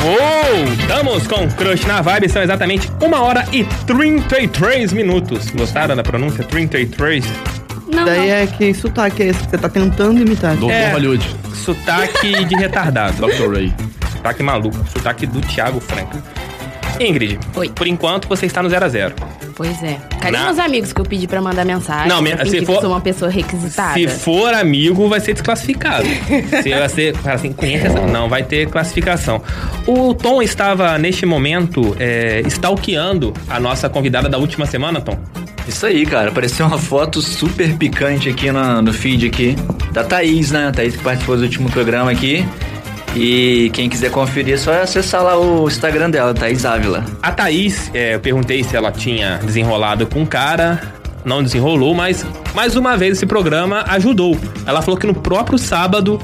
[SPEAKER 1] Voltamos com Crush na Vibe, são exatamente 1 hora e 33 minutos. Gostaram da pronúncia? 33?
[SPEAKER 3] Não,
[SPEAKER 4] Daí
[SPEAKER 3] não.
[SPEAKER 4] é que sotaque é esse que você tá tentando imitar.
[SPEAKER 2] Doutor
[SPEAKER 1] É.
[SPEAKER 2] Hollywood.
[SPEAKER 1] Sotaque de retardado.
[SPEAKER 2] Dr. Ray.
[SPEAKER 1] Sotaque maluco. Sotaque do Thiago Franco. Ingrid,
[SPEAKER 6] Oi.
[SPEAKER 1] por enquanto você está no 0 a 0
[SPEAKER 6] Pois é. Cadê
[SPEAKER 1] Na-
[SPEAKER 6] meus amigos que eu pedi pra mandar mensagem?
[SPEAKER 1] Não, men-
[SPEAKER 6] Eu fingi
[SPEAKER 1] se
[SPEAKER 6] que
[SPEAKER 1] for-
[SPEAKER 6] sou uma pessoa requisitada.
[SPEAKER 1] Se for amigo, vai ser desclassificado. Se você fala assim, conhece essa. Não, vai ter classificação. O Tom estava, neste momento, é, stalkeando a nossa convidada da última semana, Tom.
[SPEAKER 5] Isso aí, cara. Apareceu uma foto super picante aqui na- no feed aqui. Da Thaís, né? Thaís que participou do último programa aqui. E quem quiser conferir, é só acessar lá o Instagram dela, Thaís Ávila.
[SPEAKER 1] A Thaís, é, eu perguntei se ela tinha desenrolado com o cara. Não desenrolou, mas mais uma vez esse programa ajudou. Ela falou que no próprio sábado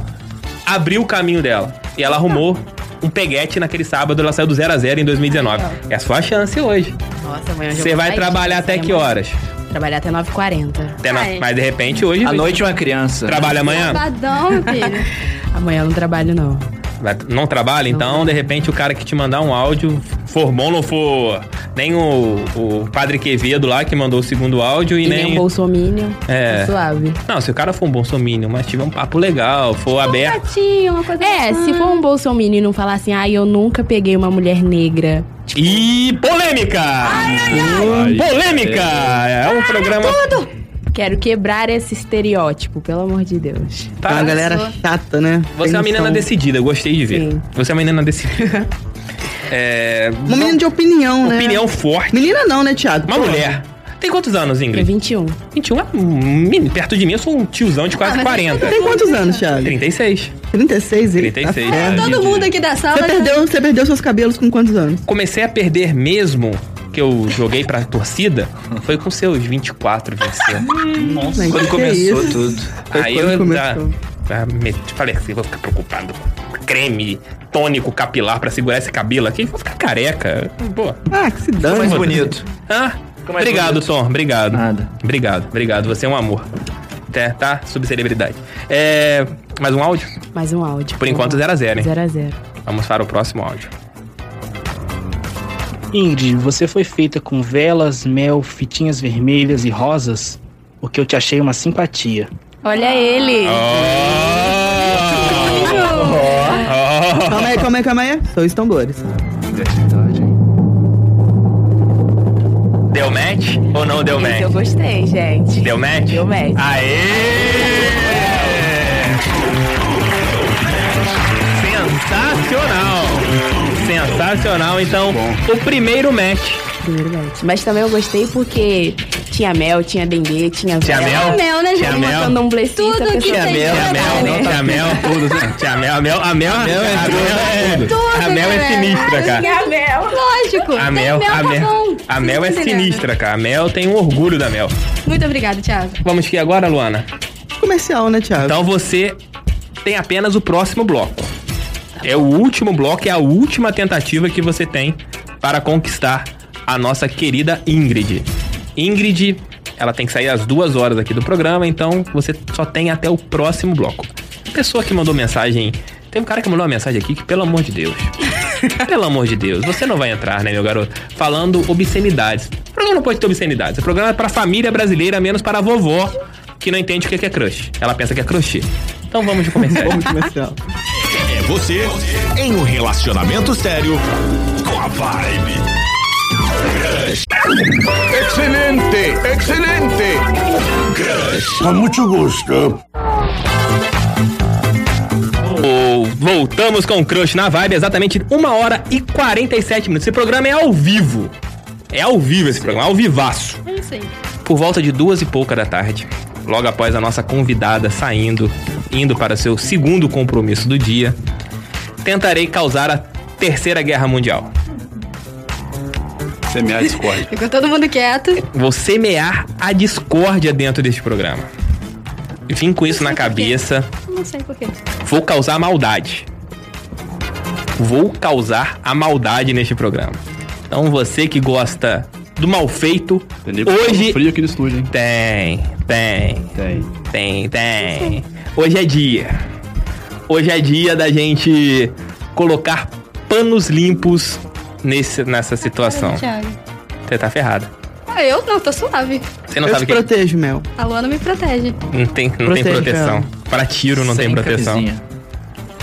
[SPEAKER 1] abriu o caminho dela. E ela arrumou um peguete naquele sábado. Ela saiu do 0 a 0 em 2019. É a sua chance hoje.
[SPEAKER 6] Nossa, amanhã eu já
[SPEAKER 1] Você
[SPEAKER 6] vou
[SPEAKER 1] vai
[SPEAKER 6] sair,
[SPEAKER 1] trabalhar até
[SPEAKER 6] amanhã.
[SPEAKER 1] que horas?
[SPEAKER 6] Trabalhar até 9h40.
[SPEAKER 1] Até na-
[SPEAKER 3] Ah, é.
[SPEAKER 1] Mas de repente hoje.
[SPEAKER 5] À noite uma criança.
[SPEAKER 1] Trabalha amanhã?
[SPEAKER 3] Sabadão, meu filho.
[SPEAKER 6] Amanhã eu não trabalho, não.
[SPEAKER 1] Vai- Não trabalha? Então, de repente, o cara que te mandar um áudio, for bom ou não for Nem o, o Padre Quevedo lá, que mandou o segundo áudio, e,
[SPEAKER 6] E nem um bolsominion.
[SPEAKER 1] É.
[SPEAKER 6] tá Suave.
[SPEAKER 1] Não, se o cara for um bolsominion, mas tiver um papo legal, for aberto...
[SPEAKER 3] Gatinho, uma coisa
[SPEAKER 6] É, se for um bolsominion e não falar assim, ai, eu nunca peguei uma mulher negra.
[SPEAKER 1] E polêmica! Hum, Polêmica! É um programa.
[SPEAKER 6] Quero quebrar esse estereótipo, pelo amor de Deus.
[SPEAKER 4] É uma
[SPEAKER 1] Tá,
[SPEAKER 4] galera chata, né?
[SPEAKER 1] você é uma
[SPEAKER 4] Tem
[SPEAKER 1] menina
[SPEAKER 4] noção.
[SPEAKER 1] decidida, eu gostei de ver.
[SPEAKER 6] Sim.
[SPEAKER 1] Você é uma menina decidida. é.
[SPEAKER 4] Uma menina Um de opinião, né?
[SPEAKER 1] Opinião forte.
[SPEAKER 4] Menina não, né, Thiago?
[SPEAKER 1] Uma
[SPEAKER 4] Pô,
[SPEAKER 1] mulher. Tem quantos anos,
[SPEAKER 6] Tem
[SPEAKER 1] Ingrid?
[SPEAKER 6] 21.
[SPEAKER 1] 21 é um menino. Perto de mim, eu sou um tiozão de quase
[SPEAKER 3] Ah, mas
[SPEAKER 1] 40.
[SPEAKER 4] Tem quantos anos, Thiago?
[SPEAKER 1] 36.
[SPEAKER 4] 36, ele.
[SPEAKER 1] 36.
[SPEAKER 4] Tá
[SPEAKER 1] né?
[SPEAKER 4] certo.
[SPEAKER 3] Todo mundo aqui da sala.
[SPEAKER 4] Você perdeu, você perdeu seus cabelos com quantos anos?
[SPEAKER 1] Comecei a perder mesmo que eu joguei pra torcida foi com seus 24, 25.
[SPEAKER 4] Gente,
[SPEAKER 5] Quando
[SPEAKER 4] que é
[SPEAKER 5] começou
[SPEAKER 4] isso?
[SPEAKER 5] tudo.
[SPEAKER 4] Foi
[SPEAKER 1] Aí
[SPEAKER 4] quando
[SPEAKER 1] eu
[SPEAKER 4] começou.
[SPEAKER 1] já, já me- falei assim, vou ficar preocupado com creme tônico capilar pra segurar esse cabelo aqui, vou ficar careca. Pô.
[SPEAKER 4] Ah, que se dane.
[SPEAKER 5] mais bonito.
[SPEAKER 1] Ah,
[SPEAKER 5] mais
[SPEAKER 1] obrigado,
[SPEAKER 5] bonito.
[SPEAKER 1] Tom. Obrigado.
[SPEAKER 5] Nada.
[SPEAKER 1] Obrigado, obrigado. Você é um amor. Tá, tá? Subcelebridade. É. Mais um áudio?
[SPEAKER 6] Mais um áudio.
[SPEAKER 1] Por enquanto, 0 a 0 hein?
[SPEAKER 6] 0 a 0
[SPEAKER 1] Vamos para o próximo áudio.
[SPEAKER 10] Ingrid, você foi feita com velas, mel, fitinhas vermelhas e rosas, porque eu te achei uma simpatia.
[SPEAKER 6] Olha ele.
[SPEAKER 4] Calma aí, calma aí, calma aí. Sou os tambores.
[SPEAKER 1] Ah. Deu match ou não deu
[SPEAKER 6] Esse eu
[SPEAKER 1] match?
[SPEAKER 6] gostei, gente.
[SPEAKER 1] Deu match?
[SPEAKER 6] Deu match.
[SPEAKER 1] Aê! Sensacional! Sensacional, então, o primeiro match.
[SPEAKER 6] Primeiro match. Mas também eu gostei porque tinha mel, tinha dengue, tinha
[SPEAKER 1] Tinha mel?
[SPEAKER 6] vela.
[SPEAKER 3] mel, né,
[SPEAKER 1] Tinha
[SPEAKER 3] gente?
[SPEAKER 1] mel?
[SPEAKER 6] Matando um blecista,
[SPEAKER 3] Tudo
[SPEAKER 6] a
[SPEAKER 3] que tem
[SPEAKER 6] pessoa-
[SPEAKER 1] Tinha
[SPEAKER 3] de legal,
[SPEAKER 1] mel,
[SPEAKER 3] né?
[SPEAKER 1] tinha mel, tinha mel, a mel, a mel, a mel, né? é, a mel é
[SPEAKER 3] galera.
[SPEAKER 1] sinistra, cara.
[SPEAKER 6] Tinha mel.
[SPEAKER 1] A
[SPEAKER 3] Lógico. né? tem
[SPEAKER 1] mel, a
[SPEAKER 3] tá bom.
[SPEAKER 1] mel, a mel é
[SPEAKER 3] Vocês entenderam. né?
[SPEAKER 1] sinistra, cara. A mel tem um orgulho da mel.
[SPEAKER 3] Muito obrigada, Thiago.
[SPEAKER 1] Vamos que agora, Luana.
[SPEAKER 4] Comercial, né, Thiago?
[SPEAKER 1] Então você tem apenas o próximo bloco. É o último bloco, é a última tentativa que você tem para conquistar a nossa querida Ingrid. Ingrid, ela tem que sair às duas horas aqui do programa, então você só tem até o próximo bloco. Pessoa que mandou mensagem. Tem um cara que mandou uma mensagem aqui que, pelo amor de Deus. pelo amor de Deus, você não vai entrar, né, meu garoto? Falando obscenidades. O programa não pode ter obscenidades. O programa é pra família brasileira, menos para a vovó, que não entende o que é crush. Ela pensa que é crush. Então vamos de comercial.
[SPEAKER 4] Vamos comercial.
[SPEAKER 7] É você em um relacionamento sério com a vibe. Excelente, excelente.
[SPEAKER 1] Ou Voltamos com o Crush na Vibe, exatamente 1 hora e 47 minutos. Esse programa é ao vivo. É ao vivo esse programa, ao vivaço.
[SPEAKER 3] Eu não sei.
[SPEAKER 1] Por volta de duas e pouca da tarde, logo após a nossa convidada saindo, indo para seu segundo compromisso do dia, tentarei causar a Terceira Guerra Mundial.
[SPEAKER 2] Semear Discord.
[SPEAKER 3] Ficou todo mundo quieto.
[SPEAKER 1] Vou semear a discórdia dentro deste programa. Vim com isso na cabeça.
[SPEAKER 3] Não sei por quê.
[SPEAKER 1] Vou causar maldade. Vou causar a maldade neste programa. Então você que gosta do mal feito,
[SPEAKER 2] Tem nego que tá
[SPEAKER 1] hoje
[SPEAKER 2] frio aqui no estúdio, hein?
[SPEAKER 1] tem, tem,
[SPEAKER 2] Tem.
[SPEAKER 1] tem, tem. Hoje é dia. Hoje é dia da gente colocar panos limpos nesse, nessa situação.
[SPEAKER 3] Thiago.
[SPEAKER 1] Você tá ferrada.
[SPEAKER 3] Ah, eu não, tô suave.
[SPEAKER 1] Você não
[SPEAKER 4] Eu
[SPEAKER 1] sabe é.
[SPEAKER 4] te
[SPEAKER 1] o que
[SPEAKER 4] protejo, Mel.
[SPEAKER 3] A Luana me protege.
[SPEAKER 1] não tem, não tem
[SPEAKER 4] Protege,
[SPEAKER 1] proteção. Para tiro não
[SPEAKER 5] Sem
[SPEAKER 1] tem proteção.
[SPEAKER 5] Camisinha.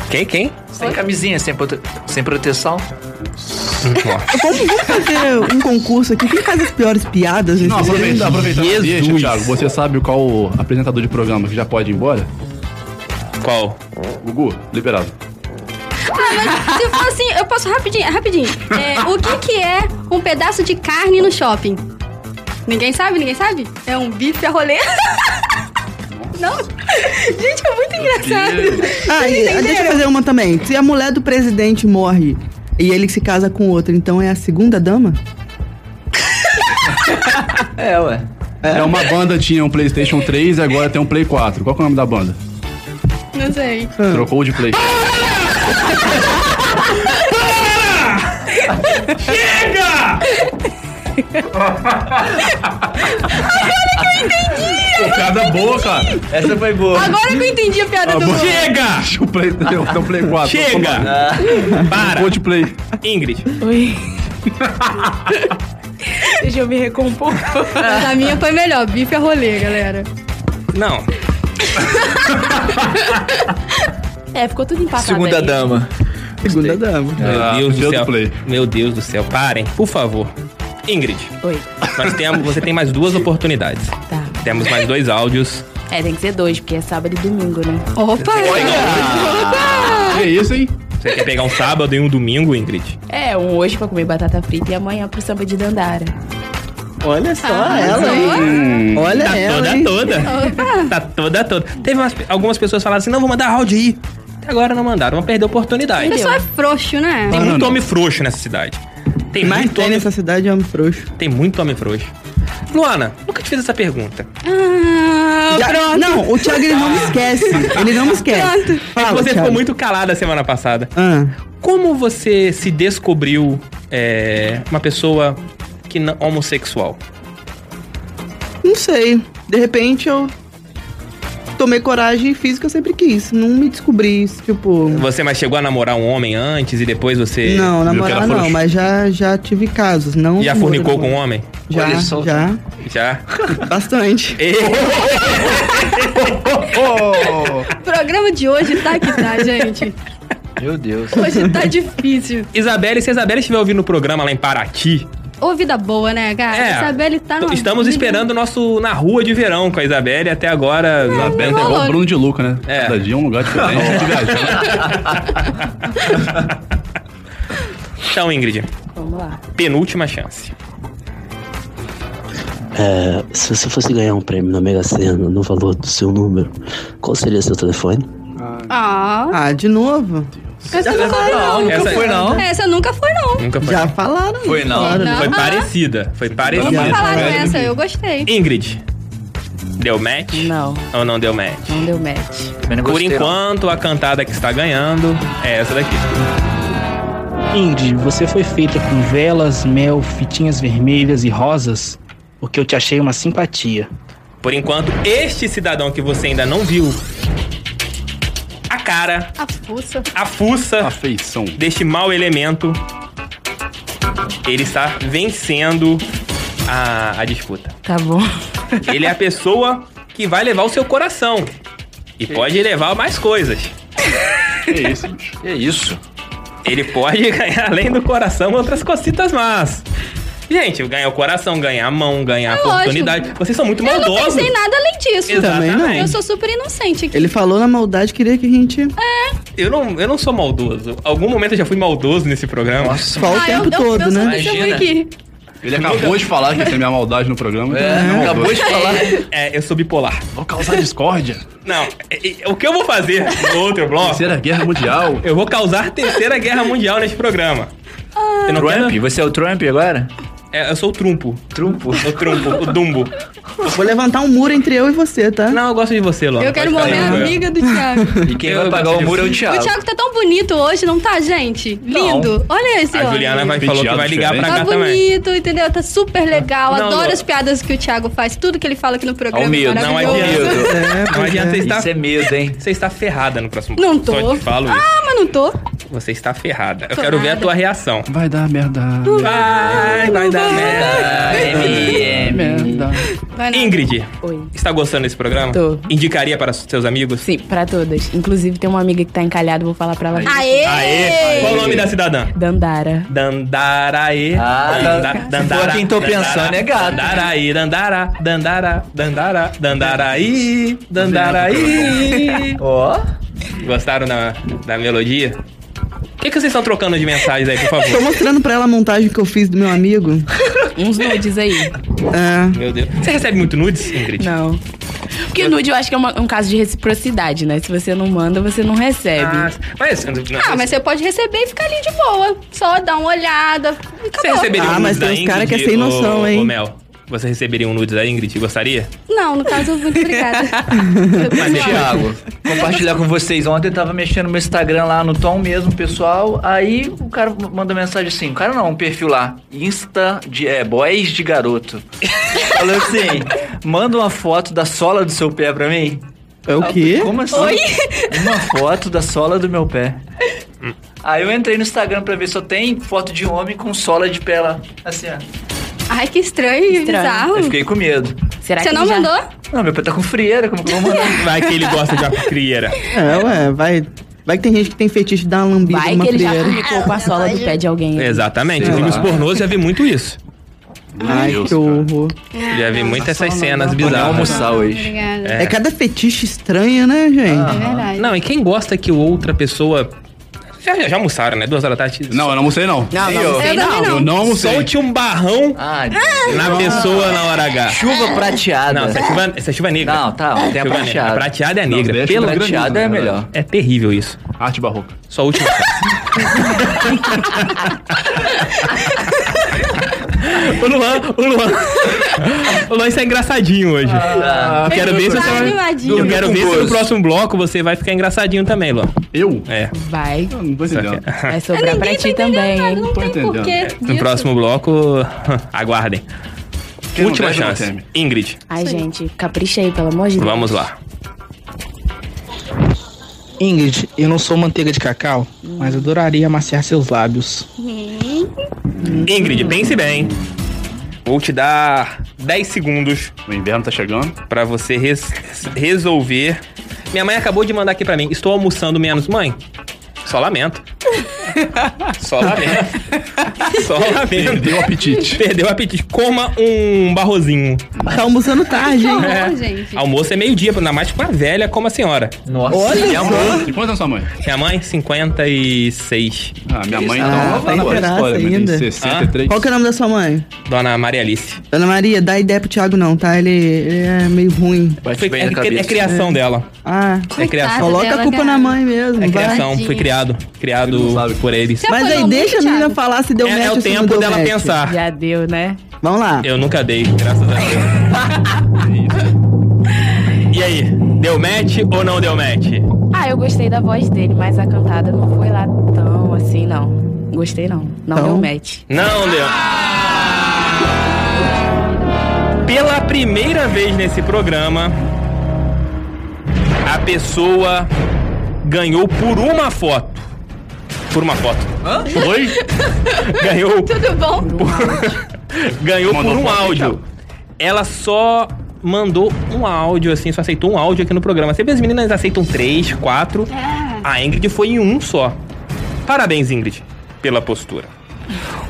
[SPEAKER 1] Quem quem?
[SPEAKER 5] Sem camisinha, sem, prote- sem proteção.
[SPEAKER 1] Nossa.
[SPEAKER 4] Vamos, vamos fazer um concurso aqui. Quem faz as piores piadas? gente?
[SPEAKER 2] Não, aproveitando, aproveitando a deixa,
[SPEAKER 1] Jesus.
[SPEAKER 2] Thiago, você sabe qual o apresentador de programa que já pode ir embora?
[SPEAKER 1] Qual?
[SPEAKER 2] Gugu, liberado.
[SPEAKER 3] Se for assim, eu posso rapidinho, rapidinho. É, o que que é um pedaço de carne no shopping? Ninguém sabe, ninguém sabe? É um bife a rolê. Não? Gente, é muito engraçado.
[SPEAKER 4] Ah, e, deixa eu fazer uma também. Se a mulher do presidente morre e ele se casa com outra, então é a segunda dama?
[SPEAKER 5] É, ué.
[SPEAKER 2] É. uma banda tinha um PlayStation 3 e agora tem um Play 4. Qual que é o nome da banda?
[SPEAKER 3] Não sei.
[SPEAKER 5] Ah.
[SPEAKER 2] Trocou de Play.
[SPEAKER 1] Cada boa, cara.
[SPEAKER 5] Essa foi boa.
[SPEAKER 3] Agora que eu entendi a piada do Luana.
[SPEAKER 1] Tá Chega!
[SPEAKER 2] O Play tem um tem um Play 4.
[SPEAKER 1] Chega! Para!
[SPEAKER 2] Trocou de Play.
[SPEAKER 1] Ingrid,
[SPEAKER 6] Oi. Deixa eu me recompor.
[SPEAKER 3] Mas a minha foi melhor, bife a rolê, galera.
[SPEAKER 1] Não.
[SPEAKER 6] É, ficou tudo
[SPEAKER 4] tá
[SPEAKER 6] empatado
[SPEAKER 1] Segunda
[SPEAKER 6] aí.
[SPEAKER 1] dama.
[SPEAKER 2] Segunda dama.
[SPEAKER 1] Meu
[SPEAKER 2] Ah,
[SPEAKER 1] Deus do
[SPEAKER 2] deu do
[SPEAKER 1] céu. Meu Deus do céu. Parem, por favor. Ingrid,
[SPEAKER 6] Oi.
[SPEAKER 1] nós temos, você tem mais duas oportunidades.
[SPEAKER 6] Tá.
[SPEAKER 1] Temos mais dois áudios.
[SPEAKER 6] É, tem que ser dois, porque é sábado e domingo, né?
[SPEAKER 3] Opa!
[SPEAKER 2] É isso, hein?
[SPEAKER 1] Você quer pegar um sábado e um domingo, Ingrid?
[SPEAKER 6] É, um hoje pra comer batata frita e amanhã pro samba de Dandara.
[SPEAKER 4] Olha É só
[SPEAKER 6] Ah,
[SPEAKER 4] ela, hein? Hum. Olha
[SPEAKER 1] tá
[SPEAKER 4] ela,
[SPEAKER 1] toda,
[SPEAKER 4] hein?
[SPEAKER 1] toda. Tá toda, toda. Teve umas- algumas pessoas que falaram assim, não, vou mandar áudio aí. Até agora não mandaram, vão perder a
[SPEAKER 3] O
[SPEAKER 1] oportunidade.
[SPEAKER 3] pessoal é frouxo, né?
[SPEAKER 1] Tem muito homem frouxo nessa cidade. Tem
[SPEAKER 4] Mas
[SPEAKER 1] muito
[SPEAKER 4] tem
[SPEAKER 1] homem
[SPEAKER 4] nessa cidade homem frouxo.
[SPEAKER 1] Tem muito homem frouxo. Luana, nunca te fiz essa pergunta.
[SPEAKER 3] Ah,
[SPEAKER 4] Já-
[SPEAKER 3] pronto.
[SPEAKER 4] não, o Thiago ele não me esquece. Ele não me esquece.
[SPEAKER 1] É que
[SPEAKER 4] Fala,
[SPEAKER 1] você
[SPEAKER 4] Thiago.
[SPEAKER 1] ficou muito calada semana passada.
[SPEAKER 4] Ah,
[SPEAKER 1] Como você se descobriu é, uma pessoa que não, homossexual?
[SPEAKER 4] não sei. De repente eu tomei coragem e fiz o que eu sempre quis. Não me descobri isso, tipo.
[SPEAKER 1] Você mais chegou a namorar um homem antes e depois você
[SPEAKER 4] Não,
[SPEAKER 2] Viu que
[SPEAKER 4] namorar
[SPEAKER 2] ela
[SPEAKER 4] não,
[SPEAKER 2] foi-
[SPEAKER 4] mas já, já tive casos. Não
[SPEAKER 1] já fornicou com um homem?
[SPEAKER 4] Já,
[SPEAKER 5] Olha só.
[SPEAKER 4] já.
[SPEAKER 1] Já?
[SPEAKER 4] Bastante.
[SPEAKER 3] O programa de hoje tá que tá, gente.
[SPEAKER 5] Meu Deus.
[SPEAKER 3] Hoje tá difícil.
[SPEAKER 1] Isabelle, se a Isabelle estiver ouvindo o programa lá em Paraty,
[SPEAKER 3] Ô, vida boa, né, cara?
[SPEAKER 1] É.
[SPEAKER 3] Isabelle tá no.
[SPEAKER 1] estamos esperando o nosso Na Rua de Verão com a Isabelle. Até agora,
[SPEAKER 2] É
[SPEAKER 1] Isabelle-
[SPEAKER 2] igual o Bruno de Luca, né?
[SPEAKER 1] É.
[SPEAKER 2] Cada dia é um lugar diferente. a gente viaja.
[SPEAKER 1] Então, Ingrid,
[SPEAKER 6] Vamos lá.
[SPEAKER 1] penúltima chance.
[SPEAKER 11] É, se você fosse ganhar um prêmio na Mega Sena no valor do seu número, qual seria seu telefone?
[SPEAKER 3] Ah,
[SPEAKER 4] Ah, de novo?
[SPEAKER 3] essa nunca foi, não.
[SPEAKER 5] nunca
[SPEAKER 1] Essa- é
[SPEAKER 5] foi, não.
[SPEAKER 3] Essa nunca foi, não.
[SPEAKER 1] Nunca foi.
[SPEAKER 4] Já falaram.
[SPEAKER 5] Foi
[SPEAKER 4] isso,
[SPEAKER 5] não.
[SPEAKER 4] claro.
[SPEAKER 3] Não.
[SPEAKER 1] Foi
[SPEAKER 3] Ah.
[SPEAKER 1] parecida. Foi
[SPEAKER 3] Nunca
[SPEAKER 1] parecida.
[SPEAKER 3] falaram essa, eu gostei.
[SPEAKER 1] Ingrid, deu match?
[SPEAKER 6] Não,
[SPEAKER 1] Ou não deu match?
[SPEAKER 6] não deu match.
[SPEAKER 5] Também não
[SPEAKER 1] Por
[SPEAKER 5] gostei, não.
[SPEAKER 1] enquanto, a cantada que está ganhando é essa daqui.
[SPEAKER 10] Ingrid, você foi feita com velas, mel, fitinhas vermelhas e rosas, porque eu te achei uma simpatia.
[SPEAKER 1] Por enquanto, este cidadão que você ainda não viu, a cara,
[SPEAKER 3] A fuça.
[SPEAKER 1] a
[SPEAKER 2] tá
[SPEAKER 1] fuça
[SPEAKER 2] Afeição.
[SPEAKER 1] deste mau elemento, ele está vencendo a, a disputa.
[SPEAKER 6] Tá bom.
[SPEAKER 1] Ele é a pessoa que vai levar o seu coração. E pode levar mais coisas.
[SPEAKER 2] Que isso, bicho.
[SPEAKER 5] Que isso?
[SPEAKER 1] Ele pode ganhar, além do coração, outras cositas más. Gente, ganhar o coração, ganhar a mão, ganhar a
[SPEAKER 3] É lógico.
[SPEAKER 1] oportunidade. Vocês são muito
[SPEAKER 3] Eu não
[SPEAKER 1] maldosos.
[SPEAKER 3] pensei em nada além disso.
[SPEAKER 1] Exatamente. Também não.
[SPEAKER 3] Eu sou super inocente aqui.
[SPEAKER 4] Ele falou na maldade, queria que a gente.
[SPEAKER 1] Eu não, eu não sou maldoso. Algum momento eu já fui maldoso nesse programa.
[SPEAKER 5] Nossa,
[SPEAKER 4] Só o
[SPEAKER 3] ah,
[SPEAKER 4] tempo
[SPEAKER 3] eu, eu,
[SPEAKER 4] todo,
[SPEAKER 3] eu sou
[SPEAKER 4] né?
[SPEAKER 3] testemunha
[SPEAKER 5] Imagina.
[SPEAKER 3] aqui.
[SPEAKER 2] Ele acabou de falar que ia ter minha maldade no programa.
[SPEAKER 5] É,
[SPEAKER 2] então, meu
[SPEAKER 5] acabou
[SPEAKER 2] Deus.
[SPEAKER 5] de falar.
[SPEAKER 1] É, eu sou bipolar.
[SPEAKER 2] Vou causar discórdia.
[SPEAKER 1] Não, é, é, o que eu vou fazer no outro bloco?
[SPEAKER 2] Terceira Guerra Mundial.
[SPEAKER 1] Eu vou causar terceira guerra mundial nesse programa.
[SPEAKER 3] Ah.
[SPEAKER 1] Eu não
[SPEAKER 5] Trump?
[SPEAKER 1] quero...
[SPEAKER 5] Você é o Trump agora?
[SPEAKER 1] É, eu sou o trumpo.
[SPEAKER 5] Trumpo.
[SPEAKER 1] O trumpo, o dumbo.
[SPEAKER 4] Vou levantar um muro entre eu e você, tá?
[SPEAKER 1] Não, eu gosto de você, Luan.
[SPEAKER 3] Eu quero morrer
[SPEAKER 5] ficar aí, né?
[SPEAKER 3] amiga do Thiago.
[SPEAKER 5] E quem
[SPEAKER 1] Eu
[SPEAKER 5] vai pagar
[SPEAKER 1] gosto
[SPEAKER 5] o
[SPEAKER 1] de
[SPEAKER 5] muro é o
[SPEAKER 1] você.
[SPEAKER 5] Thiago.
[SPEAKER 3] O Thiago tá tão bonito hoje, não tá, gente? Lindo. Olha esse
[SPEAKER 1] A
[SPEAKER 3] homem.
[SPEAKER 1] Juliana vai, falou que vai ligar pra
[SPEAKER 2] Penteado
[SPEAKER 3] Tá
[SPEAKER 1] cá também.
[SPEAKER 3] bonito, entendeu? Tá super legal.
[SPEAKER 1] Não,
[SPEAKER 3] Adoro
[SPEAKER 1] não.
[SPEAKER 3] as piadas que o Thiago faz. Tudo que ele fala aqui no programa
[SPEAKER 5] Ao
[SPEAKER 3] é
[SPEAKER 5] medo, não
[SPEAKER 1] Não
[SPEAKER 3] maravilhoso.
[SPEAKER 1] adianta.
[SPEAKER 4] É,
[SPEAKER 1] Não
[SPEAKER 4] pois
[SPEAKER 1] adianta
[SPEAKER 4] é.
[SPEAKER 1] você estar
[SPEAKER 5] Isso é medo, hein?
[SPEAKER 1] Você está ferrada no próximo
[SPEAKER 3] Não
[SPEAKER 1] bloco.
[SPEAKER 3] tô.
[SPEAKER 1] Só te falo isso.
[SPEAKER 3] Ah, mas não tô.
[SPEAKER 1] Você está ferrada. Eu
[SPEAKER 3] Tô
[SPEAKER 1] quero ver a
[SPEAKER 3] nada.
[SPEAKER 1] tua reação.
[SPEAKER 2] Vai dar merda.
[SPEAKER 1] Vai, vai dar merda.
[SPEAKER 2] Merda.
[SPEAKER 3] Vai não.
[SPEAKER 1] Ingrid,
[SPEAKER 6] Oi.
[SPEAKER 1] está gostando desse programa?
[SPEAKER 6] Tô.
[SPEAKER 1] Indicaria para seus amigos?
[SPEAKER 6] Sim, pra todas. Inclusive, tem uma amiga que tá encalhada, vou falar pra ela.
[SPEAKER 3] Aê!
[SPEAKER 1] Aê! Qual o nome da cidadã?
[SPEAKER 6] Dandara.
[SPEAKER 1] Dandaraê.
[SPEAKER 5] Ah,
[SPEAKER 1] Danda-
[SPEAKER 5] tá. Se for quem tô pensando, é gato.
[SPEAKER 1] Dandaraê, Dandara, Dandara, Dandara, Dandaraí, Dandaraí.
[SPEAKER 5] Ó.
[SPEAKER 1] Gostaram da, da melodia? O que, que vocês estão trocando de mensagens aí, por
[SPEAKER 4] Tô
[SPEAKER 1] favor?
[SPEAKER 4] mostrando pra ela a montagem que eu fiz do meu amigo.
[SPEAKER 6] Uns nudes aí.
[SPEAKER 4] É.
[SPEAKER 1] Meu Deus. Você recebe muito nudes, Ingrid?
[SPEAKER 6] Não. Porque nude eu acho que é uma- um caso de reciprocidade, né? Se você não manda, você não recebe.
[SPEAKER 1] Ah, mas,
[SPEAKER 3] Ah, mas você pode receber e ficar ali de boa. Só dar uma olhada. e
[SPEAKER 1] Você
[SPEAKER 3] Acabou.
[SPEAKER 1] receberia
[SPEAKER 4] Ah,
[SPEAKER 1] um
[SPEAKER 4] mas
[SPEAKER 1] nudes da
[SPEAKER 4] tem uns
[SPEAKER 1] Ingrid?
[SPEAKER 4] cara que é sem noção,
[SPEAKER 1] ô-
[SPEAKER 4] hein?
[SPEAKER 1] ô, Mel, você receberia um nudes da Ingrid? Gostaria?
[SPEAKER 3] Não, no caso, muito obrigada.
[SPEAKER 5] Thiago, compartilhar com vocês. Ontem eu tava mexendo no meu Instagram lá no Tom mesmo, pessoal. Aí o cara mandou mensagem assim: o cara não, um perfil lá. Insta de é, boys de garoto. Falou assim: manda uma foto da sola do seu pé pra mim.
[SPEAKER 4] É o
[SPEAKER 5] Aí eu
[SPEAKER 4] quê?
[SPEAKER 5] falei, Como assim? Uma foto da sola do meu pé. Aí eu entrei no Instagram pra ver se só tem foto de homem com sola de pé lá. Assim, ó.
[SPEAKER 3] Ai, que estranho, e bizarro.
[SPEAKER 5] Eu fiquei com medo.
[SPEAKER 3] Será Você que não já- mandou?
[SPEAKER 5] Não, meu pai tá com frieira, como que eu vou mandar?
[SPEAKER 1] Vai que ele gosta de acrieira.
[SPEAKER 4] É, ué, vai. Vai que tem gente que tem fetiche de dar uma lambida
[SPEAKER 6] Vai
[SPEAKER 4] numa
[SPEAKER 6] que ele já
[SPEAKER 4] frieira.
[SPEAKER 6] ficou com
[SPEAKER 3] É
[SPEAKER 6] a sola do pé de alguém.
[SPEAKER 1] É. Exatamente.
[SPEAKER 4] Sei
[SPEAKER 1] Filmes
[SPEAKER 4] lá.
[SPEAKER 1] pornôs já vi muito isso.
[SPEAKER 4] Ai, que horror.
[SPEAKER 1] Já vi muito essas cenas
[SPEAKER 5] Vou nem
[SPEAKER 1] bizarras.
[SPEAKER 5] almoçar hoje.
[SPEAKER 3] Obrigada.
[SPEAKER 4] É. cada fetiche estranho, né,
[SPEAKER 12] Ah.
[SPEAKER 4] gente?
[SPEAKER 3] verdade.
[SPEAKER 1] Não, e quem gosta que outra pessoa. Já, já- já almoçaram, né? Duas horas da tarde. Não, eu não almocei, não.
[SPEAKER 4] Ah,
[SPEAKER 6] Não, não
[SPEAKER 3] É
[SPEAKER 6] almocei, Eu não. também não.
[SPEAKER 1] Eu não almocei. Solte um barrão
[SPEAKER 5] Ah,
[SPEAKER 1] na pessoa na hora H.
[SPEAKER 5] Chuva prateada.
[SPEAKER 1] Não, essa é chuva, essa é chuva negra.
[SPEAKER 5] Não, tá, tem
[SPEAKER 1] Chuva
[SPEAKER 5] a
[SPEAKER 1] negra.
[SPEAKER 5] prateada.
[SPEAKER 1] A prateada é
[SPEAKER 5] Não,
[SPEAKER 1] negra.
[SPEAKER 5] deixa
[SPEAKER 1] Pelo
[SPEAKER 5] a prateada é melhor.
[SPEAKER 1] É terrível isso. Arte barroca. Só última. o Luan, o Luan. O Luan está engraçadinho hoje.
[SPEAKER 5] Ah,
[SPEAKER 1] eu quero ver se
[SPEAKER 3] Tá
[SPEAKER 1] você vai...
[SPEAKER 3] animadinho.
[SPEAKER 1] Eu quero
[SPEAKER 3] Dormiu
[SPEAKER 1] ver
[SPEAKER 3] com
[SPEAKER 1] se no
[SPEAKER 3] gosto.
[SPEAKER 1] próximo bloco você vai ficar engraçadinho também, Luan. Eu? É.
[SPEAKER 6] Vai.
[SPEAKER 1] Não tô entendendo.
[SPEAKER 6] Vai sobrar pra
[SPEAKER 3] tá
[SPEAKER 6] ti também. Não tem
[SPEAKER 1] No próximo bloco, aguardem.
[SPEAKER 6] Quem não
[SPEAKER 1] Última
[SPEAKER 6] deve, não
[SPEAKER 1] chance.
[SPEAKER 6] teme.
[SPEAKER 1] Ingrid,
[SPEAKER 6] Ai, gente, capricha aí, pelo amor de Deus.
[SPEAKER 1] vamos lá.
[SPEAKER 12] Ingrid, eu não sou manteiga de cacau, mas adoraria amaciar seus lábios.
[SPEAKER 1] Ingrid, pense bem. Vou te dar 10 segundos. O inverno tá chegando. Pra você res- resolver. Minha mãe acabou de mandar aqui pra mim. Estou almoçando menos, mãe. Só lamento. Só lamento. Só lamento. Perdeu o apetite. Perdeu o apetite. Coma um barrozinho.
[SPEAKER 4] Tá almoçando tarde, hein?
[SPEAKER 1] É. Almoço é meio-dia, ainda mais com uma velha como a senhora. Nossa,
[SPEAKER 4] Olha
[SPEAKER 1] minha
[SPEAKER 4] só.
[SPEAKER 1] mãe. Quanto é sua mãe? Minha mãe, 56. Ah,
[SPEAKER 4] minha mãe, então, Ah, ela tá tá na boa pedaça história, mas tem ainda.
[SPEAKER 1] 63.
[SPEAKER 4] Qual que é o nome da sua mãe?
[SPEAKER 1] Dona Maria Alice.
[SPEAKER 4] Dona Maria, dá ideia pro Thiago não, tá? Ele, ele é meio ruim.
[SPEAKER 1] Foi,
[SPEAKER 4] bem
[SPEAKER 1] é,
[SPEAKER 4] na
[SPEAKER 1] cri-
[SPEAKER 4] cabeça.
[SPEAKER 1] é criação
[SPEAKER 4] É.
[SPEAKER 1] dela.
[SPEAKER 4] Ah,
[SPEAKER 1] É criação.
[SPEAKER 4] Coloca a culpa na mãe mesmo.
[SPEAKER 1] É
[SPEAKER 4] vai.
[SPEAKER 1] criação, fui criado. Criado por eles.
[SPEAKER 4] Mas aí deixa a menina falar se deu
[SPEAKER 12] né,
[SPEAKER 1] É-
[SPEAKER 4] match
[SPEAKER 1] é o
[SPEAKER 4] ou se não
[SPEAKER 1] tempo
[SPEAKER 4] deu
[SPEAKER 1] dela
[SPEAKER 4] match.
[SPEAKER 1] pensar.
[SPEAKER 6] Já deu, né?
[SPEAKER 4] Vamos lá.
[SPEAKER 1] Eu nunca dei, graças a Deus. e aí, deu match ou não deu match?
[SPEAKER 6] Ah, eu gostei da voz dele, mas a cantada não foi lá tão assim, não. Gostei, não. Não deu match.
[SPEAKER 1] Não deu. Pela primeira vez nesse programa, a pessoa ganhou por uma foto. Por uma foto.
[SPEAKER 3] Hã?
[SPEAKER 1] Foi? Ganhou.
[SPEAKER 3] Tudo bom?
[SPEAKER 1] ganhou
[SPEAKER 3] Mandou
[SPEAKER 1] por um
[SPEAKER 3] foto,
[SPEAKER 1] áudio. Ela só mandou um áudio, assim, só aceitou um áudio aqui no programa. Sempre as meninas aceitam três, quatro. A Ingrid foi em um só. Parabéns, Ingrid, pela postura.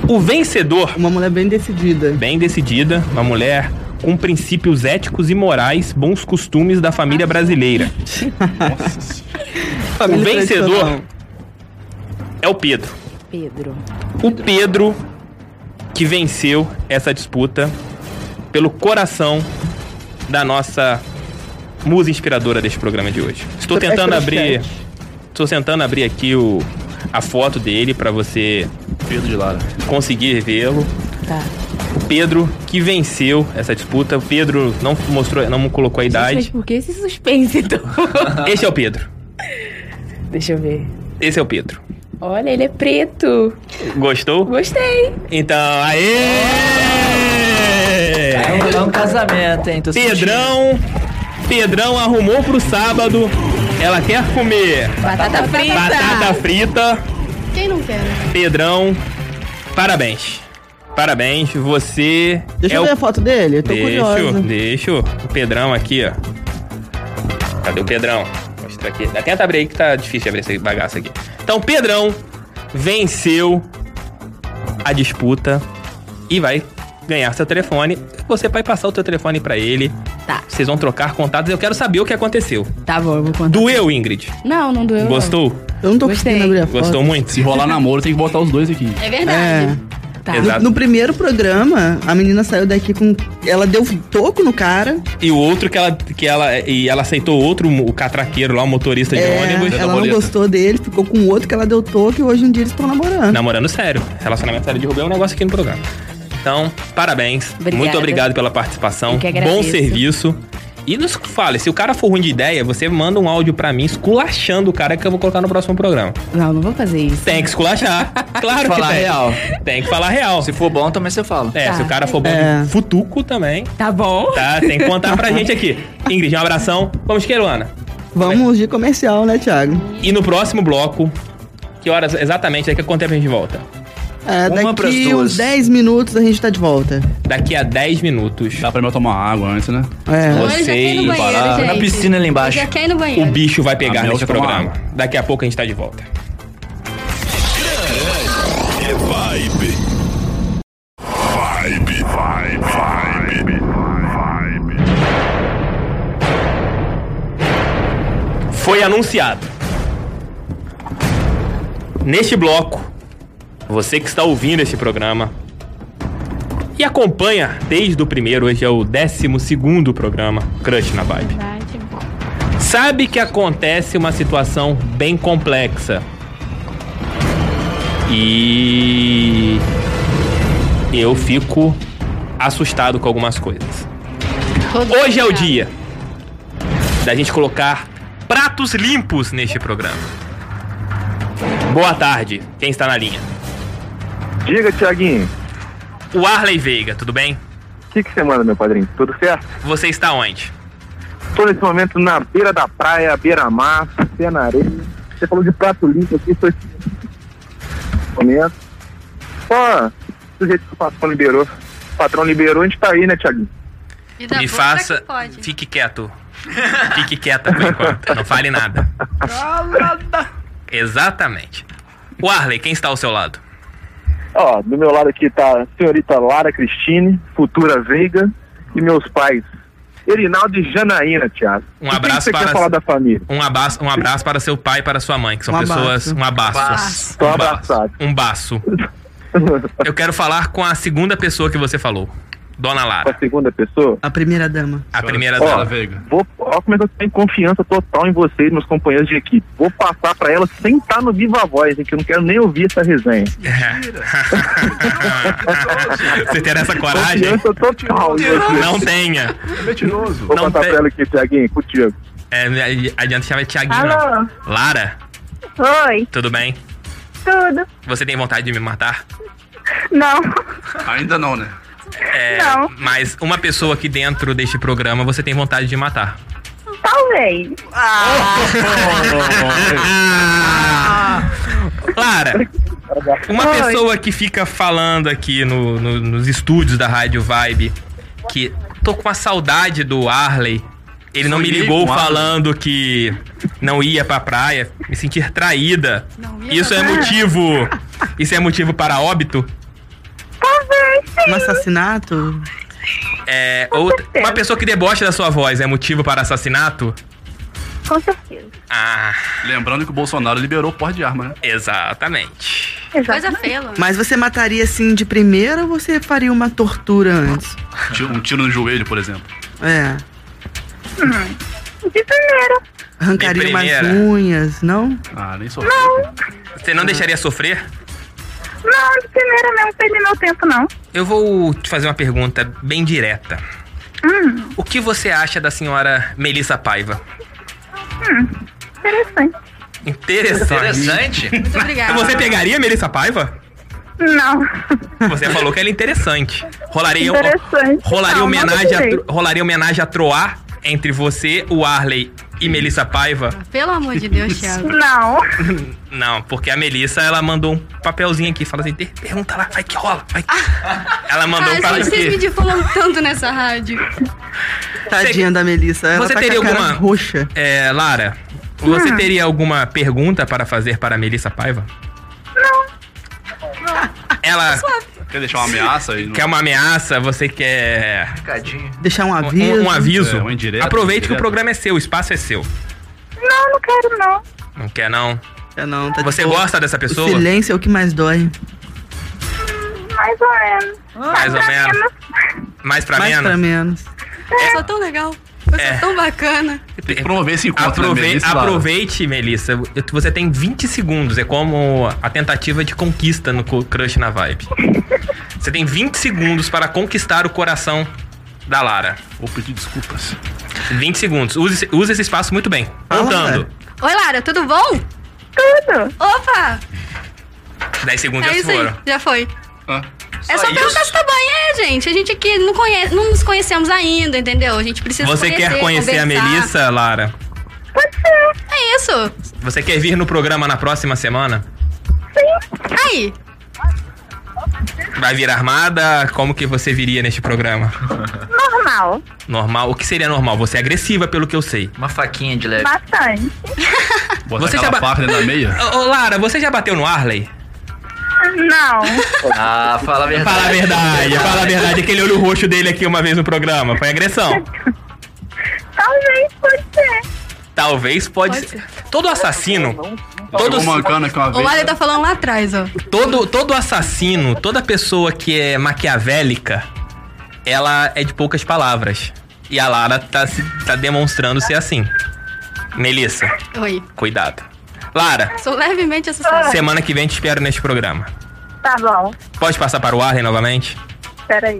[SPEAKER 1] O vencedor.
[SPEAKER 4] Uma mulher bem decidida.
[SPEAKER 1] Bem decidida, uma mulher com princípios éticos e morais, bons costumes da família brasileira. o
[SPEAKER 6] Família
[SPEAKER 1] vencedor
[SPEAKER 6] tradicional.
[SPEAKER 1] é o Pedro.
[SPEAKER 6] Pedro.
[SPEAKER 1] O Pedro que venceu essa disputa pelo coração da nossa musa inspiradora deste programa de hoje. Estou
[SPEAKER 5] Tra-
[SPEAKER 1] tentando
[SPEAKER 5] Extra-chat.
[SPEAKER 1] abrir, estou tentando abrir aqui o a foto dele para você
[SPEAKER 4] é-
[SPEAKER 1] Pedro
[SPEAKER 2] né?
[SPEAKER 1] de Lara conseguir vê-lo.
[SPEAKER 6] Tá.
[SPEAKER 1] O Pedro que venceu essa disputa. O Pedro não mostrou, não colocou a
[SPEAKER 6] Mas
[SPEAKER 1] idade.
[SPEAKER 6] por que esse suspense, então?
[SPEAKER 1] Esse é o Pedro.
[SPEAKER 6] Deixa eu ver.
[SPEAKER 1] Esse é o Pedro.
[SPEAKER 6] Olha, ele é preto.
[SPEAKER 1] Gostou?
[SPEAKER 6] Gostei.
[SPEAKER 1] Então, aê!
[SPEAKER 5] É um casamento, hein? Tô
[SPEAKER 1] Pedrão, Pedrão arrumou pro sábado. Ela quer comer
[SPEAKER 3] Batata frita.
[SPEAKER 1] batata frita.
[SPEAKER 3] Quem não quer? né?
[SPEAKER 1] Pedrão, parabéns. Parabéns, você.
[SPEAKER 4] Deixa
[SPEAKER 1] é
[SPEAKER 4] eu
[SPEAKER 1] o-
[SPEAKER 4] ver a foto dele, eu tô
[SPEAKER 1] deixa,
[SPEAKER 4] curiosa.
[SPEAKER 1] Deixa o Pedrão aqui, ó. Cadê o Pedrão? Mostra aqui. Dá- Tenta abrir aí que tá difícil de abrir esse bagaço aqui. Então, Pedrão venceu a disputa e vai ganhar seu telefone. Você vai passar o teu telefone pra ele.
[SPEAKER 6] Tá.
[SPEAKER 1] Vocês vão trocar contatos. Eu quero saber o que aconteceu.
[SPEAKER 6] Tá bom, eu vou contar.
[SPEAKER 1] Doeu, Ingrid?
[SPEAKER 6] Não, não doeu. não.
[SPEAKER 1] Gostou?
[SPEAKER 4] Eu não tô
[SPEAKER 6] Gostei.
[SPEAKER 4] conseguindo abrir a foto.
[SPEAKER 1] Gostou muito? Se
[SPEAKER 2] rolar namoro, tem que botar os dois aqui.
[SPEAKER 3] É
[SPEAKER 4] verdade.
[SPEAKER 1] Tá.
[SPEAKER 4] No,
[SPEAKER 1] Exato.
[SPEAKER 4] no primeiro programa, a menina saiu daqui com. Ela deu toco no cara.
[SPEAKER 1] E o outro que ela, que ela, e ela aceitou outro, o catraqueiro lá, o motorista de
[SPEAKER 4] É,
[SPEAKER 1] ônibus.
[SPEAKER 4] ela não gostou dele, ficou com outro que ela deu toco e hoje em dia eles estão namorando.
[SPEAKER 1] Namorando sério. Relacionamento sério de Rubel é um negócio aqui no programa. Então, parabéns.
[SPEAKER 4] Obrigada.
[SPEAKER 1] Muito obrigado pela participação.
[SPEAKER 4] Eu que agradeço.
[SPEAKER 1] Bom serviço. E nos fale, se o cara for ruim de ideia, você manda um áudio pra mim esculachando o cara que eu vou colocar no próximo programa.
[SPEAKER 6] Não, não vou fazer isso.
[SPEAKER 1] Tem que esculachar. Claro que
[SPEAKER 5] Falar
[SPEAKER 1] tem.
[SPEAKER 5] real.
[SPEAKER 1] Tem que falar real. Se for bom, também você fala. É,
[SPEAKER 5] Tá.
[SPEAKER 1] se o cara for bom,
[SPEAKER 5] É.
[SPEAKER 1] de futuco também.
[SPEAKER 6] Tá bom.
[SPEAKER 1] Tá, tem que contar pra gente aqui. Ingrid, um abração. Vamos que, Luana.
[SPEAKER 4] Vamos de comercial, né, Thiago?
[SPEAKER 1] E no próximo bloco, que horas exatamente, daqui a quanto tempo a gente volta?
[SPEAKER 4] É,
[SPEAKER 1] Uma pras
[SPEAKER 4] daqui
[SPEAKER 1] duas.
[SPEAKER 4] uns 10 minutos a gente tá de volta.
[SPEAKER 1] Daqui a 10 minutos. Dá pra eu tomar água antes, né?
[SPEAKER 4] É.
[SPEAKER 3] Não, ele já quer ir no
[SPEAKER 1] Vocês.
[SPEAKER 3] banheiro,
[SPEAKER 5] Tá
[SPEAKER 3] gente.
[SPEAKER 1] Na piscina ali embaixo.
[SPEAKER 3] Ele já quer ir no
[SPEAKER 1] O
[SPEAKER 3] banheiro.
[SPEAKER 1] bicho vai pegar
[SPEAKER 2] A Mel
[SPEAKER 1] nesse
[SPEAKER 2] tomar
[SPEAKER 1] programa. Daqui a pouco a gente tá de volta.
[SPEAKER 7] É vibe. Vibe, vibe, vibe, vibe.
[SPEAKER 1] Foi anunciado. Neste bloco, você que está ouvindo este programa e acompanha desde o primeiro, hoje é o 12 segundo programa, Crush na Vibe. Sabe que acontece uma situação bem complexa. E eu fico assustado com algumas coisas. Hoje é o dia da gente colocar pratos limpos neste programa. Boa tarde, quem está na linha?
[SPEAKER 13] Diga, Tiaguinho.
[SPEAKER 1] O Arley Veiga, tudo bem?
[SPEAKER 13] O que, que você manda, meu padrinho? Tudo certo?
[SPEAKER 1] Você está onde?
[SPEAKER 13] Estou nesse momento na beira da praia, beira-mar, pé na areia. Você falou de prato limpo aqui, estou aqui nesse momento. Ó, do jeito que o patrão liberou. O patrão liberou, a gente tá aí, né, Tiaguinho?
[SPEAKER 1] Me faça. Fique quieto. Fique quieta por enquanto. Não fale nada. Exatamente. O Arley, quem está ao seu lado?
[SPEAKER 13] Ó, do meu lado aqui tá a senhorita Lara Cristine, futura Veiga, e meus pais, Erinaldo e Janaína, Tiago.
[SPEAKER 1] Um abraço
[SPEAKER 13] o que que você
[SPEAKER 1] para-
[SPEAKER 13] quer falar da família?
[SPEAKER 1] Um abraço, um abraço para seu pai e para sua mãe, que são
[SPEAKER 13] Um abraço.
[SPEAKER 1] pessoas. Um abraço.
[SPEAKER 13] Tô
[SPEAKER 1] Um abraço. Um baço. Eu quero falar com a segunda pessoa que você falou. Dona Lara.
[SPEAKER 13] A segunda pessoa?
[SPEAKER 4] A primeira dama.
[SPEAKER 1] A primeira
[SPEAKER 13] Ó,
[SPEAKER 1] dela.
[SPEAKER 13] Vou, ó, como é que eu tenho confiança total em vocês, meus companheiros de equipe. Vou passar pra ela sem estar no Viva Voz, hein, que eu não quero nem ouvir essa resenha.
[SPEAKER 1] Você terá essa coragem?
[SPEAKER 13] Confiança total em vocês.
[SPEAKER 1] Não tenha.
[SPEAKER 13] Mentiroso. Vou
[SPEAKER 1] Não
[SPEAKER 13] passar
[SPEAKER 1] tem.
[SPEAKER 13] pra ela aqui, Tiaguinho, contigo.
[SPEAKER 1] É, adianta chamar de Thiaguinho.
[SPEAKER 14] Alô?
[SPEAKER 1] não. Lara,
[SPEAKER 14] Oi,
[SPEAKER 1] tudo bem?
[SPEAKER 14] tudo?
[SPEAKER 1] Você tem vontade de me matar?
[SPEAKER 14] Não,
[SPEAKER 1] Ainda não, né? É,
[SPEAKER 14] Não.
[SPEAKER 1] Mas uma pessoa aqui dentro deste programa você tem vontade de matar.
[SPEAKER 14] talvez.
[SPEAKER 1] Lara, uma pessoa que fica falando aqui no- no- nos estúdios da Rádio Vibe que tô com uma saudade do Arley. Ele não me
[SPEAKER 5] Sonhei
[SPEAKER 1] ligou
[SPEAKER 5] com o Arley.
[SPEAKER 1] falando que não ia pra praia, me sentir traída. Isso é motivo. Isso é motivo para óbito?
[SPEAKER 4] Um assassinato?
[SPEAKER 1] É, outra- uma pessoa que deboche da sua voz é motivo para assassinato?
[SPEAKER 14] Com certeza.
[SPEAKER 1] Ah.
[SPEAKER 2] Lembrando que o Bolsonaro liberou porte de arma, né?
[SPEAKER 1] Exatamente.
[SPEAKER 3] Coisa feia, Luan.
[SPEAKER 4] Mas você mataria assim de primeira ou você faria uma tortura antes?
[SPEAKER 2] Um tiro- Um tiro no joelho, por exemplo.
[SPEAKER 4] É.
[SPEAKER 14] De primeira.
[SPEAKER 4] Arrancaria
[SPEAKER 1] De
[SPEAKER 4] umas
[SPEAKER 1] primeira.
[SPEAKER 4] unhas, não?
[SPEAKER 2] Ah, nem sou.
[SPEAKER 14] Não,
[SPEAKER 1] Você não deixaria sofrer?
[SPEAKER 14] não, de primeira mesmo, perdi meu tempo, não.
[SPEAKER 1] Eu vou te fazer uma pergunta bem direta. O que você acha da senhora Melissa Paiva?
[SPEAKER 14] Hum, interessante.
[SPEAKER 1] Interessante.
[SPEAKER 5] Interessante?
[SPEAKER 1] Muito
[SPEAKER 14] obrigada.
[SPEAKER 1] Você pegaria a Melissa Paiva?
[SPEAKER 14] Não.
[SPEAKER 1] Você falou que ela é interessante. Rolaria,
[SPEAKER 14] Interessante.
[SPEAKER 1] rolaria
[SPEAKER 14] Não,
[SPEAKER 1] homenagem
[SPEAKER 14] nada
[SPEAKER 1] a,
[SPEAKER 14] direito.
[SPEAKER 1] tro- rolaria homenagem a Troar entre você, o Arley e Melissa Paiva?
[SPEAKER 3] Pelo amor de Deus, Thiago.
[SPEAKER 14] Não.
[SPEAKER 1] Não, porque a Melissa, ela mandou um papelzinho aqui, fala assim, "Ter- pergunta lá, vai que rola, vai. Ela mandou um
[SPEAKER 3] Ah, gente,
[SPEAKER 1] papel
[SPEAKER 3] vocês me
[SPEAKER 1] aqui.
[SPEAKER 3] difamam tanto nessa rádio.
[SPEAKER 4] Tadinha da Melissa. Ela
[SPEAKER 1] Você
[SPEAKER 4] tá
[SPEAKER 1] teria
[SPEAKER 4] com a cara
[SPEAKER 1] alguma...
[SPEAKER 4] roxa.
[SPEAKER 1] É, Lara, você
[SPEAKER 4] Hum.
[SPEAKER 1] teria alguma pergunta para fazer para a Melissa Paiva? Ela...
[SPEAKER 2] Quer deixar uma ameaça aí?
[SPEAKER 1] Quer uma ameaça? Você quer...
[SPEAKER 4] Deixar um aviso.
[SPEAKER 1] Um, um aviso?
[SPEAKER 2] É, um indireto,
[SPEAKER 1] Aproveite que o
[SPEAKER 2] indireto.
[SPEAKER 1] programa é seu, o espaço é seu.
[SPEAKER 14] Não, não quero, não.
[SPEAKER 1] Não quer não?
[SPEAKER 4] É não, tá de
[SPEAKER 1] Você
[SPEAKER 4] boa.
[SPEAKER 1] gosta dessa pessoa?
[SPEAKER 4] O silêncio é o que mais dói.
[SPEAKER 14] Mais ou menos.
[SPEAKER 1] Mais ou menos. Mais pra
[SPEAKER 4] mais
[SPEAKER 1] menos?
[SPEAKER 4] pra menos.
[SPEAKER 3] Eu sou tão legal. Eu
[SPEAKER 1] É.
[SPEAKER 3] sou tão bacana.
[SPEAKER 1] Tem que promover esse encontro.
[SPEAKER 2] né, Melissa?
[SPEAKER 1] aproveite, Melissa. Eu- Você tem 20 segundos. É como a tentativa de conquista no cu- Crush na Vibe. Você tem 20 segundos para conquistar o coração da Lara. Vou pedir desculpas. 20 segundos. Use, esse- use esse espaço muito bem. Contando.
[SPEAKER 3] Oi, Lara, tudo bom? Tudo. Opa!
[SPEAKER 1] 10 segundos já
[SPEAKER 3] é
[SPEAKER 1] se
[SPEAKER 3] isso
[SPEAKER 1] foram.
[SPEAKER 3] aí, já foi. é
[SPEAKER 1] só
[SPEAKER 3] só perguntar
[SPEAKER 1] isso?
[SPEAKER 3] se tá bem, é, gente. A gente aqui não, conhece, não nos conhecemos ainda, entendeu? A gente precisa
[SPEAKER 1] Você
[SPEAKER 3] conhecer,
[SPEAKER 1] quer conhecer a
[SPEAKER 3] conversar.
[SPEAKER 1] Melissa, Lara?
[SPEAKER 3] É isso.
[SPEAKER 1] Você quer vir no programa na próxima semana?
[SPEAKER 3] Aí.
[SPEAKER 1] Vai vir armada? Como que você viria neste programa?
[SPEAKER 14] Normal.
[SPEAKER 1] Normal? O que seria normal? Você é agressiva, pelo que eu sei.
[SPEAKER 5] Uma faquinha de leve.
[SPEAKER 14] Bastante.
[SPEAKER 1] Você já ba- Ô, ô, Lara, você já bateu no Arley?
[SPEAKER 14] Não.
[SPEAKER 5] Ah, fala a verdade.
[SPEAKER 1] Fala a verdade, fala a verdade. Aquele olho roxo dele aqui uma vez no programa. Foi agressão.
[SPEAKER 14] Talvez pode ser.
[SPEAKER 1] Talvez pode, ser. Todo assassino. Todo
[SPEAKER 2] Pegou uma cana aqui uma
[SPEAKER 3] O Lale tá falando lá atrás, ó.
[SPEAKER 1] Todo, todo assassino, toda pessoa que é maquiavélica, ela é de poucas palavras. E a Lara tá, se- tá demonstrando ser assim. Melissa,
[SPEAKER 3] Oi.
[SPEAKER 1] cuidado. Lara,
[SPEAKER 3] Sou levemente assustada.
[SPEAKER 1] semana que vem te espero neste programa.
[SPEAKER 14] Tá bom.
[SPEAKER 1] Pode passar para o Arlen novamente?
[SPEAKER 14] Peraí.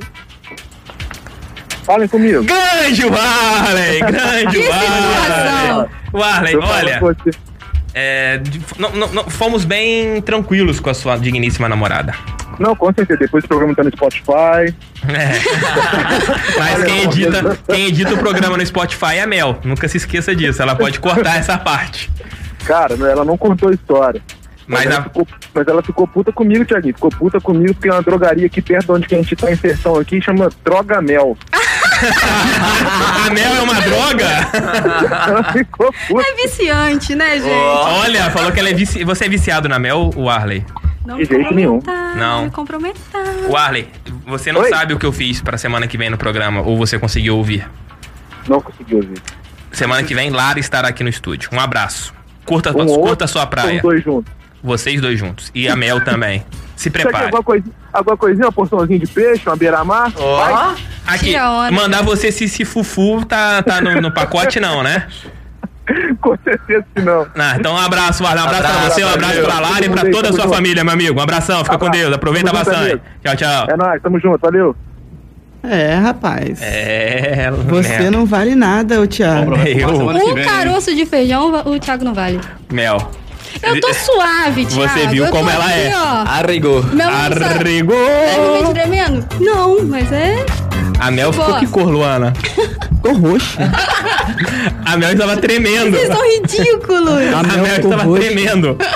[SPEAKER 13] Falem comigo.
[SPEAKER 1] Grande o Arlen! Grande o Arlen! O Arlen,
[SPEAKER 13] Eu falo
[SPEAKER 1] olha.
[SPEAKER 13] com
[SPEAKER 1] é, de- não- não- não, fomos bem tranquilos com a sua digníssima namorada.
[SPEAKER 13] Não, com certeza. Depois o programa tá no Spotify.
[SPEAKER 1] É. Mas quem edita, quem edita o programa no Spotify é a Mel. Nunca se esqueça disso. Ela pode cortar essa parte.
[SPEAKER 13] Cara, ela não contou a história.
[SPEAKER 1] Mas
[SPEAKER 13] ela, ficou, mas ela ficou puta comigo, Thiaguinho. Ficou puta comigo porque é uma drogaria aqui perto de onde que a gente tá em inserção aqui chama Droga Mel.
[SPEAKER 1] A Mel é uma droga?
[SPEAKER 3] É viciante, né, gente?
[SPEAKER 1] Olha, falou que ela é vici... você é viciado na Mel, o Arley.
[SPEAKER 3] Não
[SPEAKER 1] de jeito
[SPEAKER 3] me
[SPEAKER 1] nenhum.
[SPEAKER 3] comprometar,
[SPEAKER 1] Não.
[SPEAKER 3] Me comprometer.
[SPEAKER 1] O Arley, você não sabe o que eu fiz pra semana que vem no programa, ou você conseguiu ouvir?
[SPEAKER 13] Não consegui ouvir.
[SPEAKER 1] Semana que vem, Lara estará aqui no estúdio. Um abraço. Curta,
[SPEAKER 13] Um
[SPEAKER 1] curta
[SPEAKER 13] outro,
[SPEAKER 1] a sua
[SPEAKER 13] Os
[SPEAKER 1] praia.
[SPEAKER 13] dois juntos.
[SPEAKER 1] Vocês dois juntos. E a Mel também. Se
[SPEAKER 13] Será que
[SPEAKER 1] prepare.
[SPEAKER 13] alguma, coisinha, alguma coisinha, uma porçãozinha de peixe, uma beira-mar? Vai.
[SPEAKER 1] Aqui, mandar você se, se fufu tá, tá no, no pacote, não, né?
[SPEAKER 13] Com certeza que não.
[SPEAKER 1] Ah, então um abraço, Arlen. Um abraço, pra
[SPEAKER 13] Abraço,
[SPEAKER 1] você, um abraço
[SPEAKER 13] valeu.
[SPEAKER 1] pra Lara e
[SPEAKER 13] Tamo
[SPEAKER 1] pra
[SPEAKER 13] junto,
[SPEAKER 1] toda a
[SPEAKER 13] tamo
[SPEAKER 1] sua
[SPEAKER 13] junto.
[SPEAKER 1] família, meu amigo. Um abração, fica com
[SPEAKER 13] Abraço.
[SPEAKER 1] Deus. Aproveita
[SPEAKER 13] Tamo junto,
[SPEAKER 1] bastante.
[SPEAKER 13] amigo.
[SPEAKER 1] Tchau, tchau.
[SPEAKER 13] É nóis, tamo junto, valeu.
[SPEAKER 4] É, rapaz.
[SPEAKER 1] É,
[SPEAKER 4] Você
[SPEAKER 1] Mel.
[SPEAKER 4] não vale nada, ô Thiago.
[SPEAKER 3] Um caroço de feijão, o Thiago não vale.
[SPEAKER 1] Mel.
[SPEAKER 3] Eu tô suave, Thiago.
[SPEAKER 1] é- Você viu
[SPEAKER 3] Eu tô
[SPEAKER 1] como ela
[SPEAKER 3] aqui,
[SPEAKER 1] é.
[SPEAKER 3] ó.
[SPEAKER 1] Arregou.
[SPEAKER 3] Meu amor, sabe- Levemente
[SPEAKER 1] Arregou.
[SPEAKER 3] tremendo? Não, mas é.
[SPEAKER 1] A Mel ficou
[SPEAKER 3] Boa.
[SPEAKER 1] que cor, Luana?
[SPEAKER 4] Ficou roxa.
[SPEAKER 1] A Mel estava tremendo.
[SPEAKER 3] Vocês são
[SPEAKER 4] Tá
[SPEAKER 3] ridículos.
[SPEAKER 1] A Mel estava tremendo.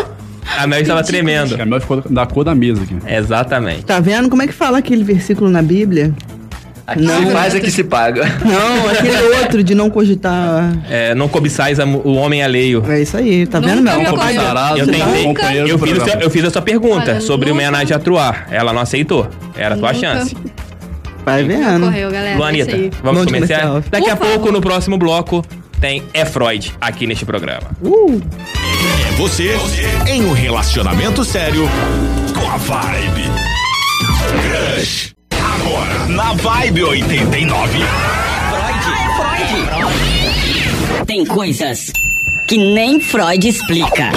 [SPEAKER 1] A Mel estava tremendo.
[SPEAKER 2] A Mel ficou da cor da mesa aqui.
[SPEAKER 1] Exatamente.
[SPEAKER 4] Tá vendo como é que fala aquele versículo na Bíblia?
[SPEAKER 5] Aqui se faz, aqui é se paga.
[SPEAKER 4] Não, aquele outro de não cogitar.
[SPEAKER 1] É, não cobiçais a mu- o homem alheio.
[SPEAKER 4] É isso aí, tá vendo, Mel?
[SPEAKER 2] é
[SPEAKER 1] Eu tentei.
[SPEAKER 2] um
[SPEAKER 1] Eu fiz, o seu- eu fiz a sua pergunta
[SPEAKER 4] Olha,
[SPEAKER 1] sobre
[SPEAKER 4] nunca-
[SPEAKER 1] homenagem a Truar. Ela não aceitou. Era a tua
[SPEAKER 4] Nunca.
[SPEAKER 1] chance.
[SPEAKER 4] Vai vendo.
[SPEAKER 3] Correu, galera.
[SPEAKER 1] Luanita,
[SPEAKER 3] é isso aí.
[SPEAKER 1] vamos começar? Daqui
[SPEAKER 3] Por
[SPEAKER 1] a pouco, no próximo bloco, tem É Freud aqui neste programa.
[SPEAKER 7] É você em um relacionamento sério com a Vibe. Crush. Agora, na Vibe 89.
[SPEAKER 15] Tem coisas que nem Freud explica.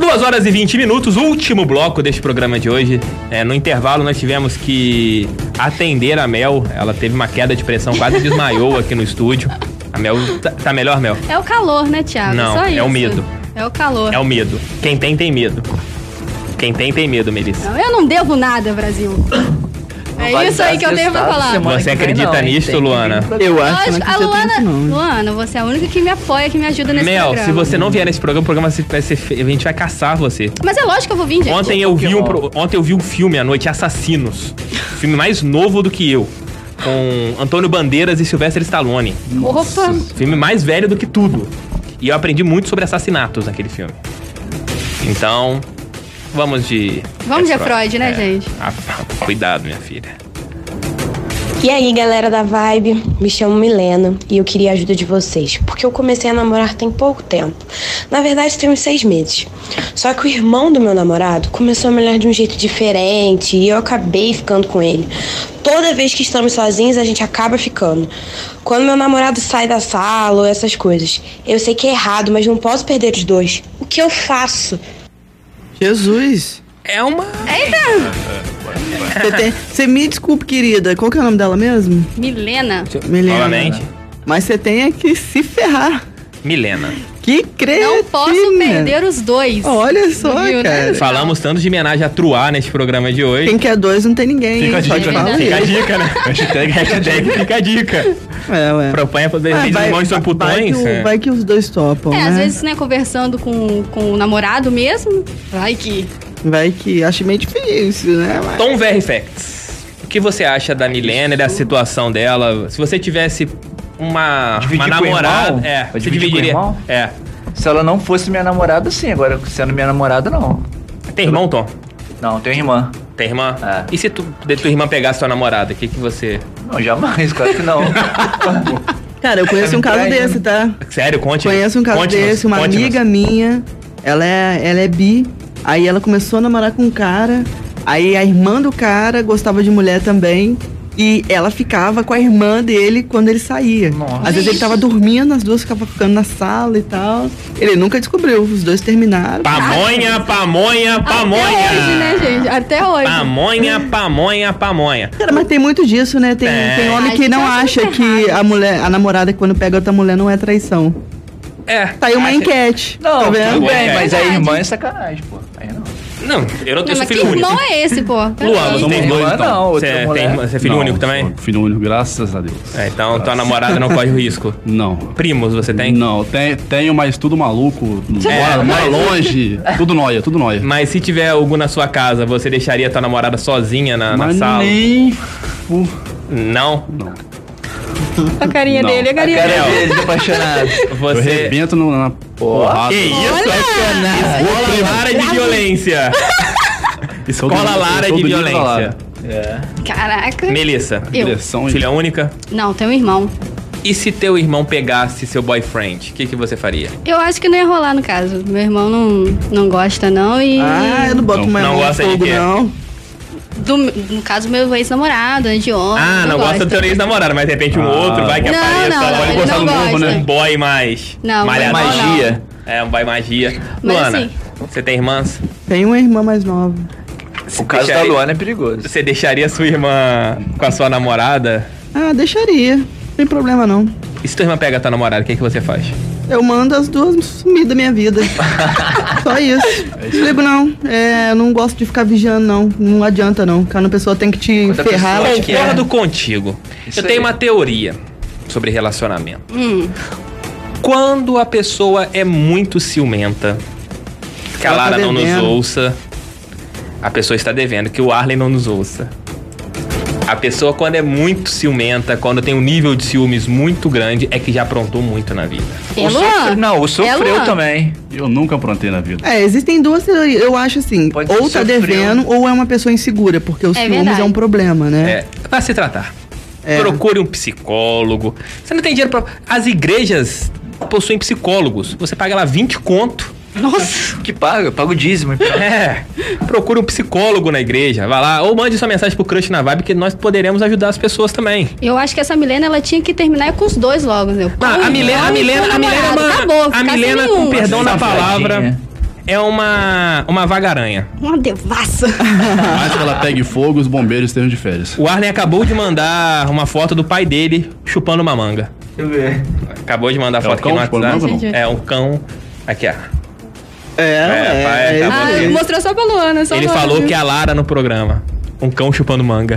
[SPEAKER 1] Duas horas e 20 minutos, último bloco deste programa de hoje. É, no intervalo nós tivemos que atender a Mel. Ela teve uma queda de pressão, quase desmaiou aqui no estúdio. A Mel. Tá, tá melhor, Mel?
[SPEAKER 3] É o calor, né, Thiago?
[SPEAKER 1] Não,
[SPEAKER 3] Só
[SPEAKER 1] é
[SPEAKER 3] isso.
[SPEAKER 1] o medo.
[SPEAKER 3] É o calor.
[SPEAKER 1] É o medo. Quem tem, tem medo. Quem tem, tem medo, Melissa.
[SPEAKER 3] Não, eu não devo nada, Brasil. é isso aí que eu devo pra falar.
[SPEAKER 1] Você acredita nisso, nisto, Luana?
[SPEAKER 4] Eu
[SPEAKER 3] Lógico, a Luana, Luana, você é a única que me apoia, que me ajuda nesse
[SPEAKER 1] Mel,
[SPEAKER 3] programa.
[SPEAKER 1] se você não vier nesse programa, o programa vai ser fe- a gente vai caçar você.
[SPEAKER 3] Mas é lógico que eu vou vir, gente.
[SPEAKER 1] Ontem eu, vi um, pro- ontem eu vi um filme à noite, Assassinos. filme mais novo do que eu. Com Antônio Bandeiras e Sylvester Stallone.
[SPEAKER 3] Opa!
[SPEAKER 1] Filme mais velho do que tudo. E eu aprendi muito sobre assassinatos naquele filme. Então, vamos de.
[SPEAKER 3] Vamos de
[SPEAKER 1] É
[SPEAKER 3] Freud, né,
[SPEAKER 1] É.
[SPEAKER 3] gente?
[SPEAKER 1] Ah, pá, cuidado, minha filha.
[SPEAKER 16] E aí, galera da Vibe? Me chamo Milena e eu queria a ajuda de vocês, porque eu comecei a namorar tem pouco tempo. Na verdade, tem uns seis meses. Só que o irmão do meu namorado começou a me olhar de um jeito diferente e eu acabei ficando com ele. Toda vez que estamos sozinhos, a gente acaba ficando. Quando meu namorado sai da sala ou essas coisas, eu sei que é errado, mas não posso perder os dois. O que eu faço?
[SPEAKER 4] Jesus.
[SPEAKER 1] É uma.
[SPEAKER 4] Você tem- Você me desculpe, querida. Qual que é o nome dela mesmo?
[SPEAKER 3] Milena.
[SPEAKER 4] Milena.
[SPEAKER 1] Novamente.
[SPEAKER 4] Mas você tem é que se ferrar.
[SPEAKER 1] Milena.
[SPEAKER 4] Que credo!
[SPEAKER 3] Não posso perder né? os dois.
[SPEAKER 4] é Olha só, cara.
[SPEAKER 1] Falamos tanto de homenagem a Truá neste programa de hoje.
[SPEAKER 4] Quem quer dois não tem ninguém. hein? Só te falo
[SPEAKER 1] Fica a
[SPEAKER 4] isso.
[SPEAKER 1] dica, né? Hashtag, hashtag fica a dica.
[SPEAKER 4] É, ué.
[SPEAKER 1] Propanha pra
[SPEAKER 4] Ah,
[SPEAKER 1] desenhos de
[SPEAKER 4] vai-
[SPEAKER 1] mãos são
[SPEAKER 4] Vai que,
[SPEAKER 1] putões.
[SPEAKER 4] o-
[SPEAKER 1] é.
[SPEAKER 4] vai que os dois topam,
[SPEAKER 3] É,
[SPEAKER 4] né?
[SPEAKER 3] às vezes, né, conversando com, com o namorado mesmo. Vai que.
[SPEAKER 4] Vai que acho meio difícil, né? Mas-
[SPEAKER 1] É. Tom VR Facts. O que você acha da Milena e da situação dela? Se você tivesse uma, uma
[SPEAKER 5] Dividir com o irmão?
[SPEAKER 1] namorada. É,
[SPEAKER 5] Vai
[SPEAKER 1] você
[SPEAKER 5] dividir com o
[SPEAKER 1] dividiria.
[SPEAKER 5] irmão?
[SPEAKER 1] É.
[SPEAKER 5] Se ela não fosse minha namorada, sim. Agora, sendo minha namorada, não.
[SPEAKER 1] Tem irmão, Tom?
[SPEAKER 5] Não, tenho irmã.
[SPEAKER 1] Tem irmã?
[SPEAKER 5] É.
[SPEAKER 1] E se tu, de tua irmã pegasse tua namorada, o que, que você.
[SPEAKER 5] Não, jamais, claro que não.
[SPEAKER 4] Cara, eu conheço um caso
[SPEAKER 5] Traindo.
[SPEAKER 4] desse, tá?
[SPEAKER 1] Sério, conte.
[SPEAKER 4] Conheço um caso
[SPEAKER 1] Conte-nos,
[SPEAKER 4] desse, uma
[SPEAKER 1] conte-nos.
[SPEAKER 4] amiga minha, ela é, ela é bi, aí ela começou a namorar com um cara, aí a irmã do cara gostava de mulher também, e ela ficava com a irmã dele quando ele saía. Às vezes ele tava dormindo, as duas ficavam ficando na sala e tal. Ele nunca descobriu, os dois terminaram.
[SPEAKER 1] Pamonha, pamonha, pamonha!
[SPEAKER 3] Até hoje, né, gente? Até hoje.
[SPEAKER 1] Pamonha, pamonha, pamonha.
[SPEAKER 4] Cara, mas tem muito disso, né? Tem,
[SPEAKER 1] Tem.
[SPEAKER 4] tem homem que
[SPEAKER 1] Ai,
[SPEAKER 4] não
[SPEAKER 1] tá
[SPEAKER 4] acha que a mulher, a namorada quando pega outra mulher não é traição.
[SPEAKER 1] É.
[SPEAKER 4] Tá aí uma enquete.
[SPEAKER 5] Não,
[SPEAKER 4] tá vendo?
[SPEAKER 5] tudo bem, mas a irmã é
[SPEAKER 4] essa
[SPEAKER 5] sacanagem, pô. Aí não.
[SPEAKER 1] Não, eu não tenho
[SPEAKER 3] Não,
[SPEAKER 1] sou
[SPEAKER 3] mas que
[SPEAKER 1] filho único.
[SPEAKER 3] irmão é esse, pô?
[SPEAKER 1] Luan, você tem
[SPEAKER 2] dois,
[SPEAKER 1] irmã?
[SPEAKER 2] então.
[SPEAKER 1] Não, outra Você mulher. tem irmã- você é filho
[SPEAKER 2] Não,
[SPEAKER 1] único também?
[SPEAKER 2] sou Filho único, graças a Deus.
[SPEAKER 1] É, então tua namorada não corre risco.
[SPEAKER 2] Não.
[SPEAKER 1] Primos você tem?
[SPEAKER 2] Não, tem, tenho, mas tudo maluco.
[SPEAKER 1] É,
[SPEAKER 2] mora, mora
[SPEAKER 1] mas-
[SPEAKER 2] longe. Tudo nóia, tudo nóia.
[SPEAKER 1] Mas se tiver algum na sua casa, você deixaria tua namorada sozinha na, na
[SPEAKER 2] Mas
[SPEAKER 1] sala?
[SPEAKER 2] nem
[SPEAKER 1] Não? Não.
[SPEAKER 3] A carinha
[SPEAKER 1] Não.
[SPEAKER 3] dele, a carinha
[SPEAKER 1] A cara
[SPEAKER 3] dele.
[SPEAKER 1] dele, É, apaixonado.
[SPEAKER 2] Eu
[SPEAKER 1] Você.
[SPEAKER 2] arrebento no- na porrada.
[SPEAKER 1] Que isso? Escola Lara de violência.
[SPEAKER 2] Todo
[SPEAKER 1] Escola
[SPEAKER 2] mundo- todo
[SPEAKER 1] Lara de
[SPEAKER 2] mundo
[SPEAKER 1] violência.
[SPEAKER 2] Lara.
[SPEAKER 3] Caraca.
[SPEAKER 1] Melissa.
[SPEAKER 3] Eu.
[SPEAKER 1] Filha única?
[SPEAKER 3] Não, tem um irmão.
[SPEAKER 1] E se teu irmão pegasse seu boyfriend, o que, que você faria?
[SPEAKER 3] Eu acho que não ia rolar no caso. Meu irmão não, não gosta, não. E.
[SPEAKER 4] Ah, eu não boto
[SPEAKER 1] Não-
[SPEAKER 4] mais
[SPEAKER 1] não
[SPEAKER 4] mão no
[SPEAKER 1] gosta de
[SPEAKER 4] fogo,
[SPEAKER 1] quê?
[SPEAKER 4] não.
[SPEAKER 3] Do, no caso, meu ex-namorado, né, de homem.
[SPEAKER 1] Ah, não, gosta do teu ex-namorado, mas de repente um
[SPEAKER 2] Ah.
[SPEAKER 1] outro vai que
[SPEAKER 3] Não,
[SPEAKER 1] apareça.
[SPEAKER 3] não,
[SPEAKER 1] vai
[SPEAKER 3] ele não gosta.
[SPEAKER 1] Um boy mais.
[SPEAKER 3] Não, um
[SPEAKER 1] malhadão.
[SPEAKER 3] boy não.
[SPEAKER 1] magia. É, um boy magia.
[SPEAKER 3] Mas
[SPEAKER 1] Luana,
[SPEAKER 3] assim-
[SPEAKER 1] você tem irmãs?
[SPEAKER 4] Tem uma irmã mais nova.
[SPEAKER 1] O caso
[SPEAKER 5] da
[SPEAKER 1] Luana é perigoso. Você deixaria sua irmã com a sua namorada?
[SPEAKER 4] Ah, deixaria. Não tem problema não.
[SPEAKER 1] E se tua irmã pega a tua namorada, o que, que você faz?
[SPEAKER 4] Eu mando as duas sumir da minha vida. Só isso. Não ligo não. É, eu não gosto de ficar vigiando não. Não adianta não. Cada pessoa tem que é. te ferrar. ela te ferra.
[SPEAKER 1] Concordo contigo. Eu tenho uma teoria sobre relacionamento.
[SPEAKER 3] Hum.
[SPEAKER 1] Quando a pessoa é muito ciumenta, que a
[SPEAKER 4] Ela tá
[SPEAKER 1] Lara não nos
[SPEAKER 4] devendo.
[SPEAKER 1] ouça, a pessoa está devendo, que o Arlen não nos ouça. A pessoa, quando é muito ciumenta, quando tem um nível de ciúmes muito grande, é que já aprontou muito na vida.
[SPEAKER 3] É, Luan? É, Luan?
[SPEAKER 2] Eu nunca aprontei na vida.
[SPEAKER 4] É, existem duas teorias. Eu acho assim,
[SPEAKER 2] ser
[SPEAKER 4] ou tá
[SPEAKER 2] sofreu.
[SPEAKER 4] devendo ou é uma pessoa insegura, porque os
[SPEAKER 1] É
[SPEAKER 4] ciúmes
[SPEAKER 1] verdade.
[SPEAKER 4] é um problema, né?
[SPEAKER 1] É, pra se tratar. Procure um psicólogo. Você não tem dinheiro pra. As igrejas possuem psicólogos. Você paga lá 20 conto.
[SPEAKER 5] Nossa! Que paga? Paga o dízimo. então.
[SPEAKER 1] É. Procure um psicólogo na igreja. Vai lá. Ou mande sua mensagem pro Crush na Vibe, que nós poderemos ajudar as pessoas também.
[SPEAKER 3] Eu acho que essa Milena, ela tinha que terminar com os dois logo, né? tá
[SPEAKER 1] Não, Ah, a Milena, a Milena, a Milena, mano,
[SPEAKER 3] Acabou,
[SPEAKER 1] a
[SPEAKER 3] ficar sem
[SPEAKER 1] Milena,
[SPEAKER 3] nenhum.
[SPEAKER 1] com perdão na
[SPEAKER 2] Safadinha.
[SPEAKER 1] palavra, é uma, uma vagaranha.
[SPEAKER 3] Uma devassa.
[SPEAKER 2] Mas que ela pegue fogo, os bombeiros estejam de férias.
[SPEAKER 1] O Arlen acabou de mandar uma foto do pai dele chupando uma manga.
[SPEAKER 5] Deixa eu ver.
[SPEAKER 1] Acabou de mandar a
[SPEAKER 2] É o
[SPEAKER 1] foto aqui
[SPEAKER 2] cão
[SPEAKER 1] no
[SPEAKER 2] chupando
[SPEAKER 1] WhatsApp.
[SPEAKER 3] manga, não?
[SPEAKER 1] É um cão. Aqui, ó.
[SPEAKER 4] É,
[SPEAKER 1] é, pai, acabou
[SPEAKER 3] Ah,
[SPEAKER 1] de-
[SPEAKER 3] mostrou só pra Luana, só
[SPEAKER 1] Ele
[SPEAKER 3] Luana,
[SPEAKER 1] falou
[SPEAKER 3] viu?
[SPEAKER 1] que é a Lara no programa. Um cão chupando manga.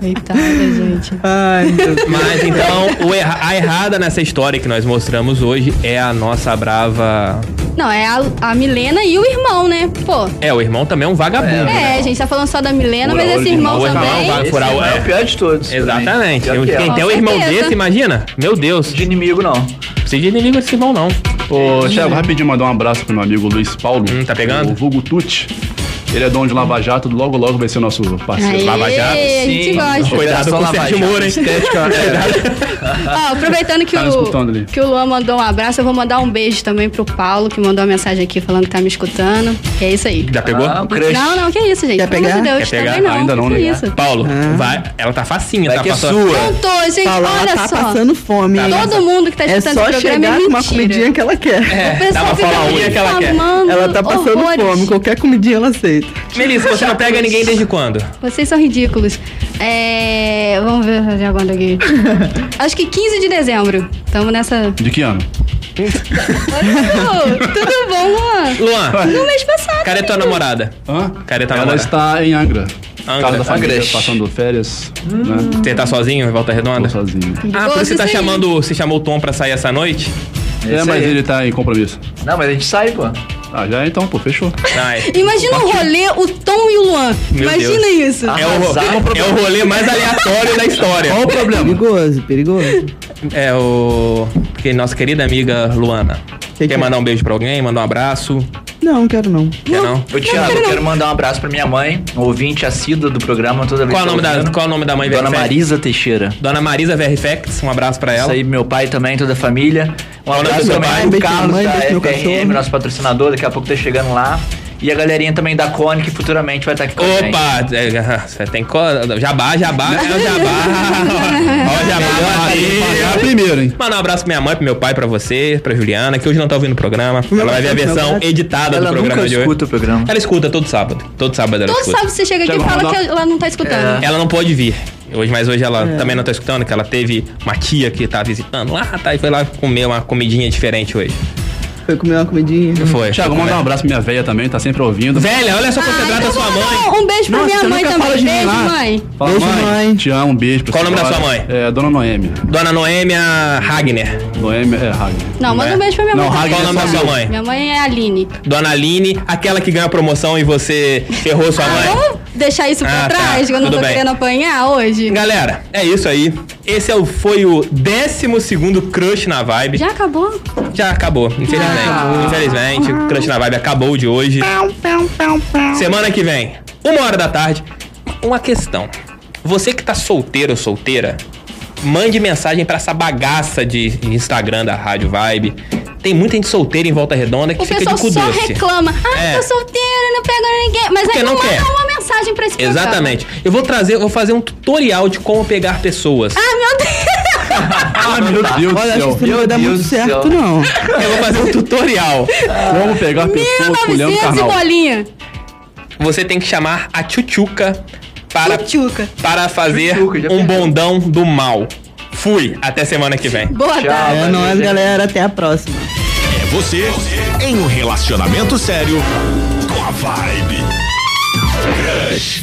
[SPEAKER 3] Coitada, gente.
[SPEAKER 4] Ai, meu Deus.
[SPEAKER 1] Mas então, o erra- a errada nessa história que nós mostramos hoje é a nossa brava.
[SPEAKER 3] Não, é a, a Milena e o irmão, né? Pô.
[SPEAKER 1] É, o irmão também é um vagabundo. né?
[SPEAKER 3] É, a gente tá falando só da Milena,
[SPEAKER 1] Fura
[SPEAKER 3] mas
[SPEAKER 1] olho
[SPEAKER 3] esse
[SPEAKER 1] de
[SPEAKER 3] irmão
[SPEAKER 1] irmão,
[SPEAKER 3] também.
[SPEAKER 1] irmão, vai furar o- é.
[SPEAKER 5] pior de todos.
[SPEAKER 1] Exatamente.
[SPEAKER 3] é.
[SPEAKER 5] Pior que é.
[SPEAKER 1] Quem
[SPEAKER 5] ela.
[SPEAKER 1] tem um
[SPEAKER 5] Com
[SPEAKER 1] irmão
[SPEAKER 5] certeza.
[SPEAKER 1] desse, imagina? Meu Deus. De
[SPEAKER 5] inimigo, não.
[SPEAKER 1] Precisa de inimigo desse irmão, não.
[SPEAKER 2] Ô, Thiago, rapidinho mandar um abraço pro meu amigo Luiz Paulo.
[SPEAKER 1] tá pegando?
[SPEAKER 2] O Vulgo Tucci. Ele é dono de Lava Jato, logo logo vai ser nosso parceiro.
[SPEAKER 3] Aê, Lava Jato? a gente
[SPEAKER 2] Cuidado
[SPEAKER 3] gosta.
[SPEAKER 1] Operação
[SPEAKER 2] com o
[SPEAKER 1] Lava
[SPEAKER 2] Sérgio
[SPEAKER 1] Jato.
[SPEAKER 2] Moro, hein? Estética.
[SPEAKER 3] Ó, aproveitando que
[SPEAKER 2] Tá me escutando ali.
[SPEAKER 3] o, que o Luan mandou um abraço, eu vou mandar um beijo também pro Paulo, que mandou uma mensagem aqui falando que tá me escutando. E é isso aí.
[SPEAKER 1] Já pegou?
[SPEAKER 3] Não, não, que isso, gente. Quer Pelo amor de Deus, também não.
[SPEAKER 1] Ainda não,
[SPEAKER 3] que
[SPEAKER 1] né?
[SPEAKER 3] isso.
[SPEAKER 1] Paulo, vai. Ela tá facinha, tá passando.
[SPEAKER 3] Não tô, gente,
[SPEAKER 4] Fala, ela
[SPEAKER 3] olha
[SPEAKER 4] tá
[SPEAKER 3] só.
[SPEAKER 4] passando fome. hein?
[SPEAKER 3] Todo mundo que tá
[SPEAKER 4] É
[SPEAKER 3] escutando
[SPEAKER 4] só
[SPEAKER 3] esse programa é
[SPEAKER 4] chegar com uma
[SPEAKER 3] mentira.
[SPEAKER 4] comidinha que ela quer.
[SPEAKER 1] É,
[SPEAKER 3] O pessoal dá uma fica fala única que ela quer. reclamando
[SPEAKER 4] Ela tá passando
[SPEAKER 3] horrores.
[SPEAKER 4] fome, qualquer comidinha ela aceita.
[SPEAKER 1] Melissa, você não pega ninguém desde quando?
[SPEAKER 3] Vocês são ridículos. É. Vamos ver de agora aqui. Acho que 15 de dezembro. Tamo nessa.
[SPEAKER 2] De que ano?
[SPEAKER 3] Ô, tudo bom, Luan?
[SPEAKER 1] Luan.
[SPEAKER 3] No mês passado.
[SPEAKER 1] Cara é tua namorada.
[SPEAKER 2] Hã?
[SPEAKER 1] Cara é tua
[SPEAKER 2] Ela
[SPEAKER 1] namorada.
[SPEAKER 2] está em Angra.
[SPEAKER 1] Angra.
[SPEAKER 2] Casa da família,
[SPEAKER 1] Angra.
[SPEAKER 2] passando férias. né?
[SPEAKER 1] Você tá sozinho em Volta Redonda? Tô
[SPEAKER 2] sozinho.
[SPEAKER 1] Ah, por isso você tá chamando. Você chamou o Tom pra sair essa noite?
[SPEAKER 2] É,
[SPEAKER 1] isso
[SPEAKER 2] mas
[SPEAKER 1] aí.
[SPEAKER 2] ele tá em compromisso.
[SPEAKER 5] Não, mas a gente sai,
[SPEAKER 1] É
[SPEAKER 5] pô.
[SPEAKER 2] Ah, já então, pô, fechou.
[SPEAKER 1] Tá
[SPEAKER 3] Imagina o rolê, o Tom e o Luan.
[SPEAKER 2] Meu
[SPEAKER 3] Imagina
[SPEAKER 2] Deus.
[SPEAKER 3] isso.
[SPEAKER 1] É o, ro- é o rolê mais aleatório da história.
[SPEAKER 4] Qual o problema? Perigoso, perigoso.
[SPEAKER 1] É o. que nossa querida amiga Luana. Quer
[SPEAKER 4] que é?
[SPEAKER 1] mandar um beijo pra alguém? Mandar um abraço?
[SPEAKER 4] Não, quero não.
[SPEAKER 1] Quer não?
[SPEAKER 5] Ô, Thiago, eu quero mandar um abraço pra minha mãe, um ouvinte assídua do programa toda vez
[SPEAKER 1] Qual o
[SPEAKER 5] que
[SPEAKER 1] nome
[SPEAKER 5] tá
[SPEAKER 1] da,
[SPEAKER 5] ouvindo.
[SPEAKER 1] qual o nome da mãe
[SPEAKER 5] Dona
[SPEAKER 1] VRFX?
[SPEAKER 5] Marisa Teixeira.
[SPEAKER 1] Dona Marisa VR Facts, um abraço pra
[SPEAKER 5] Isso
[SPEAKER 1] ela.
[SPEAKER 5] aí, meu pai também, toda a família. Um
[SPEAKER 1] Olha,
[SPEAKER 5] abraço
[SPEAKER 1] meu
[SPEAKER 5] também
[SPEAKER 1] pai,
[SPEAKER 5] pro
[SPEAKER 1] beijo
[SPEAKER 5] Carlos
[SPEAKER 1] minha mãe,
[SPEAKER 5] da
[SPEAKER 1] beijo meu
[SPEAKER 5] FRM,
[SPEAKER 1] cachorro.
[SPEAKER 5] nosso patrocinador, daqui a pouco tá chegando lá. E a galerinha também da Cone, que futuramente vai estar aqui com a gente.
[SPEAKER 1] Opa, é, você tem co- jabá, jabá, é o jabá. Ó, o
[SPEAKER 2] Ah,
[SPEAKER 1] jabá aí.
[SPEAKER 2] primeiro, hein?
[SPEAKER 1] Mandar um abraço pra minha mãe, pro meu pai, pra você, pra Juliana, que hoje não tá ouvindo o programa. Ela vai ver a
[SPEAKER 5] pai, meu
[SPEAKER 1] versão
[SPEAKER 5] pai.
[SPEAKER 1] editada
[SPEAKER 5] Ela
[SPEAKER 1] do programa
[SPEAKER 5] nunca
[SPEAKER 1] de hoje.
[SPEAKER 5] escuta o programa.
[SPEAKER 1] Ela escuta todo sábado. Todo sábado ela
[SPEAKER 3] Todo
[SPEAKER 1] escuta.
[SPEAKER 3] sábado você chega aqui e fala que ela não tá escutando.
[SPEAKER 1] Ela não pode vir hoje, mas hoje ela também não tá escutando, que ela teve uma tia que tá visitando lá, tá? E foi lá comer uma comidinha diferente hoje.
[SPEAKER 4] Foi comer uma comidinha.
[SPEAKER 1] Foi.
[SPEAKER 2] Thiago, manda um abraço pra minha velha também, tá sempre ouvindo.
[SPEAKER 1] Velha, olha
[SPEAKER 3] Ah,
[SPEAKER 1] só é como você trata sua mãe.
[SPEAKER 3] Um beijo pra
[SPEAKER 1] Nossa,
[SPEAKER 3] minha
[SPEAKER 1] você
[SPEAKER 3] mãe
[SPEAKER 1] nunca fala
[SPEAKER 3] também.
[SPEAKER 1] de mim
[SPEAKER 3] Beijo,
[SPEAKER 1] lá.
[SPEAKER 3] mãe.
[SPEAKER 2] Fala, mãe. Te amo, um beijo pra
[SPEAKER 1] Qual o nome da
[SPEAKER 2] senhora.
[SPEAKER 1] sua mãe?
[SPEAKER 2] É, Dona Noemi.
[SPEAKER 1] Dona Noêmia Hagner.
[SPEAKER 2] Noêmia, é, Hagner.
[SPEAKER 3] Não, manda um beijo pra minha
[SPEAKER 1] Não,
[SPEAKER 3] mãe. também.
[SPEAKER 1] Raquel é nome da sua mãe.
[SPEAKER 3] Minha mãe é a Aline.
[SPEAKER 1] Dona Aline, aquela que ganha a promoção e você ferrou sua mãe.
[SPEAKER 3] Vamos deixar isso pra
[SPEAKER 1] Tá Ah, tá.
[SPEAKER 3] trás, que eu não
[SPEAKER 1] Tudo
[SPEAKER 3] tô
[SPEAKER 1] bem.
[SPEAKER 3] querendo apanhar hoje.
[SPEAKER 1] Galera, é isso aí. Esse é o- foi o 12 Crush na Vibe.
[SPEAKER 3] Já acabou?
[SPEAKER 1] Já acabou, infelizmente. Infelizmente, o Crush na Vibe acabou o de hoje. Semana que vem, uma hora da tarde. Uma questão. Você que tá solteiro ou solteira, mande mensagem pra essa bagaça de de Instagram da Rádio Vibe. Tem muita gente solteira em volta redonda que
[SPEAKER 3] O
[SPEAKER 1] fica de
[SPEAKER 3] pessoal
[SPEAKER 1] cu
[SPEAKER 3] só
[SPEAKER 1] doce.
[SPEAKER 3] reclama. Ah,
[SPEAKER 1] É.
[SPEAKER 3] tô solteira, não pego ninguém. Mas é
[SPEAKER 1] Porque
[SPEAKER 3] aí
[SPEAKER 1] não
[SPEAKER 3] não
[SPEAKER 1] quer.
[SPEAKER 3] manda uma mensagem pra esse programa.
[SPEAKER 1] Exatamente. Eu vou trazer, eu vou fazer um tutorial de como pegar pessoas.
[SPEAKER 3] Ah, meu Deus.
[SPEAKER 1] Ah, meu
[SPEAKER 2] Deus do
[SPEAKER 1] Olha,
[SPEAKER 2] céu.
[SPEAKER 1] acho que isso não vai dar
[SPEAKER 2] Meu Deus
[SPEAKER 1] muito
[SPEAKER 2] do
[SPEAKER 1] certo,
[SPEAKER 2] céu.
[SPEAKER 4] Não.
[SPEAKER 1] Eu vou fazer um tutorial.
[SPEAKER 2] Como pegar pessoas com o Leandro
[SPEAKER 3] 900 e
[SPEAKER 2] Carnal.
[SPEAKER 3] bolinha.
[SPEAKER 1] Você tem que chamar a tchutchuca para,
[SPEAKER 3] Tchutchuca.
[SPEAKER 1] para fazer um bondão do mal. Fui, até semana que vem.
[SPEAKER 3] Boa
[SPEAKER 4] É nóis, galera. Até a próxima.
[SPEAKER 7] É você em um relacionamento sério com a Vibe. Crush.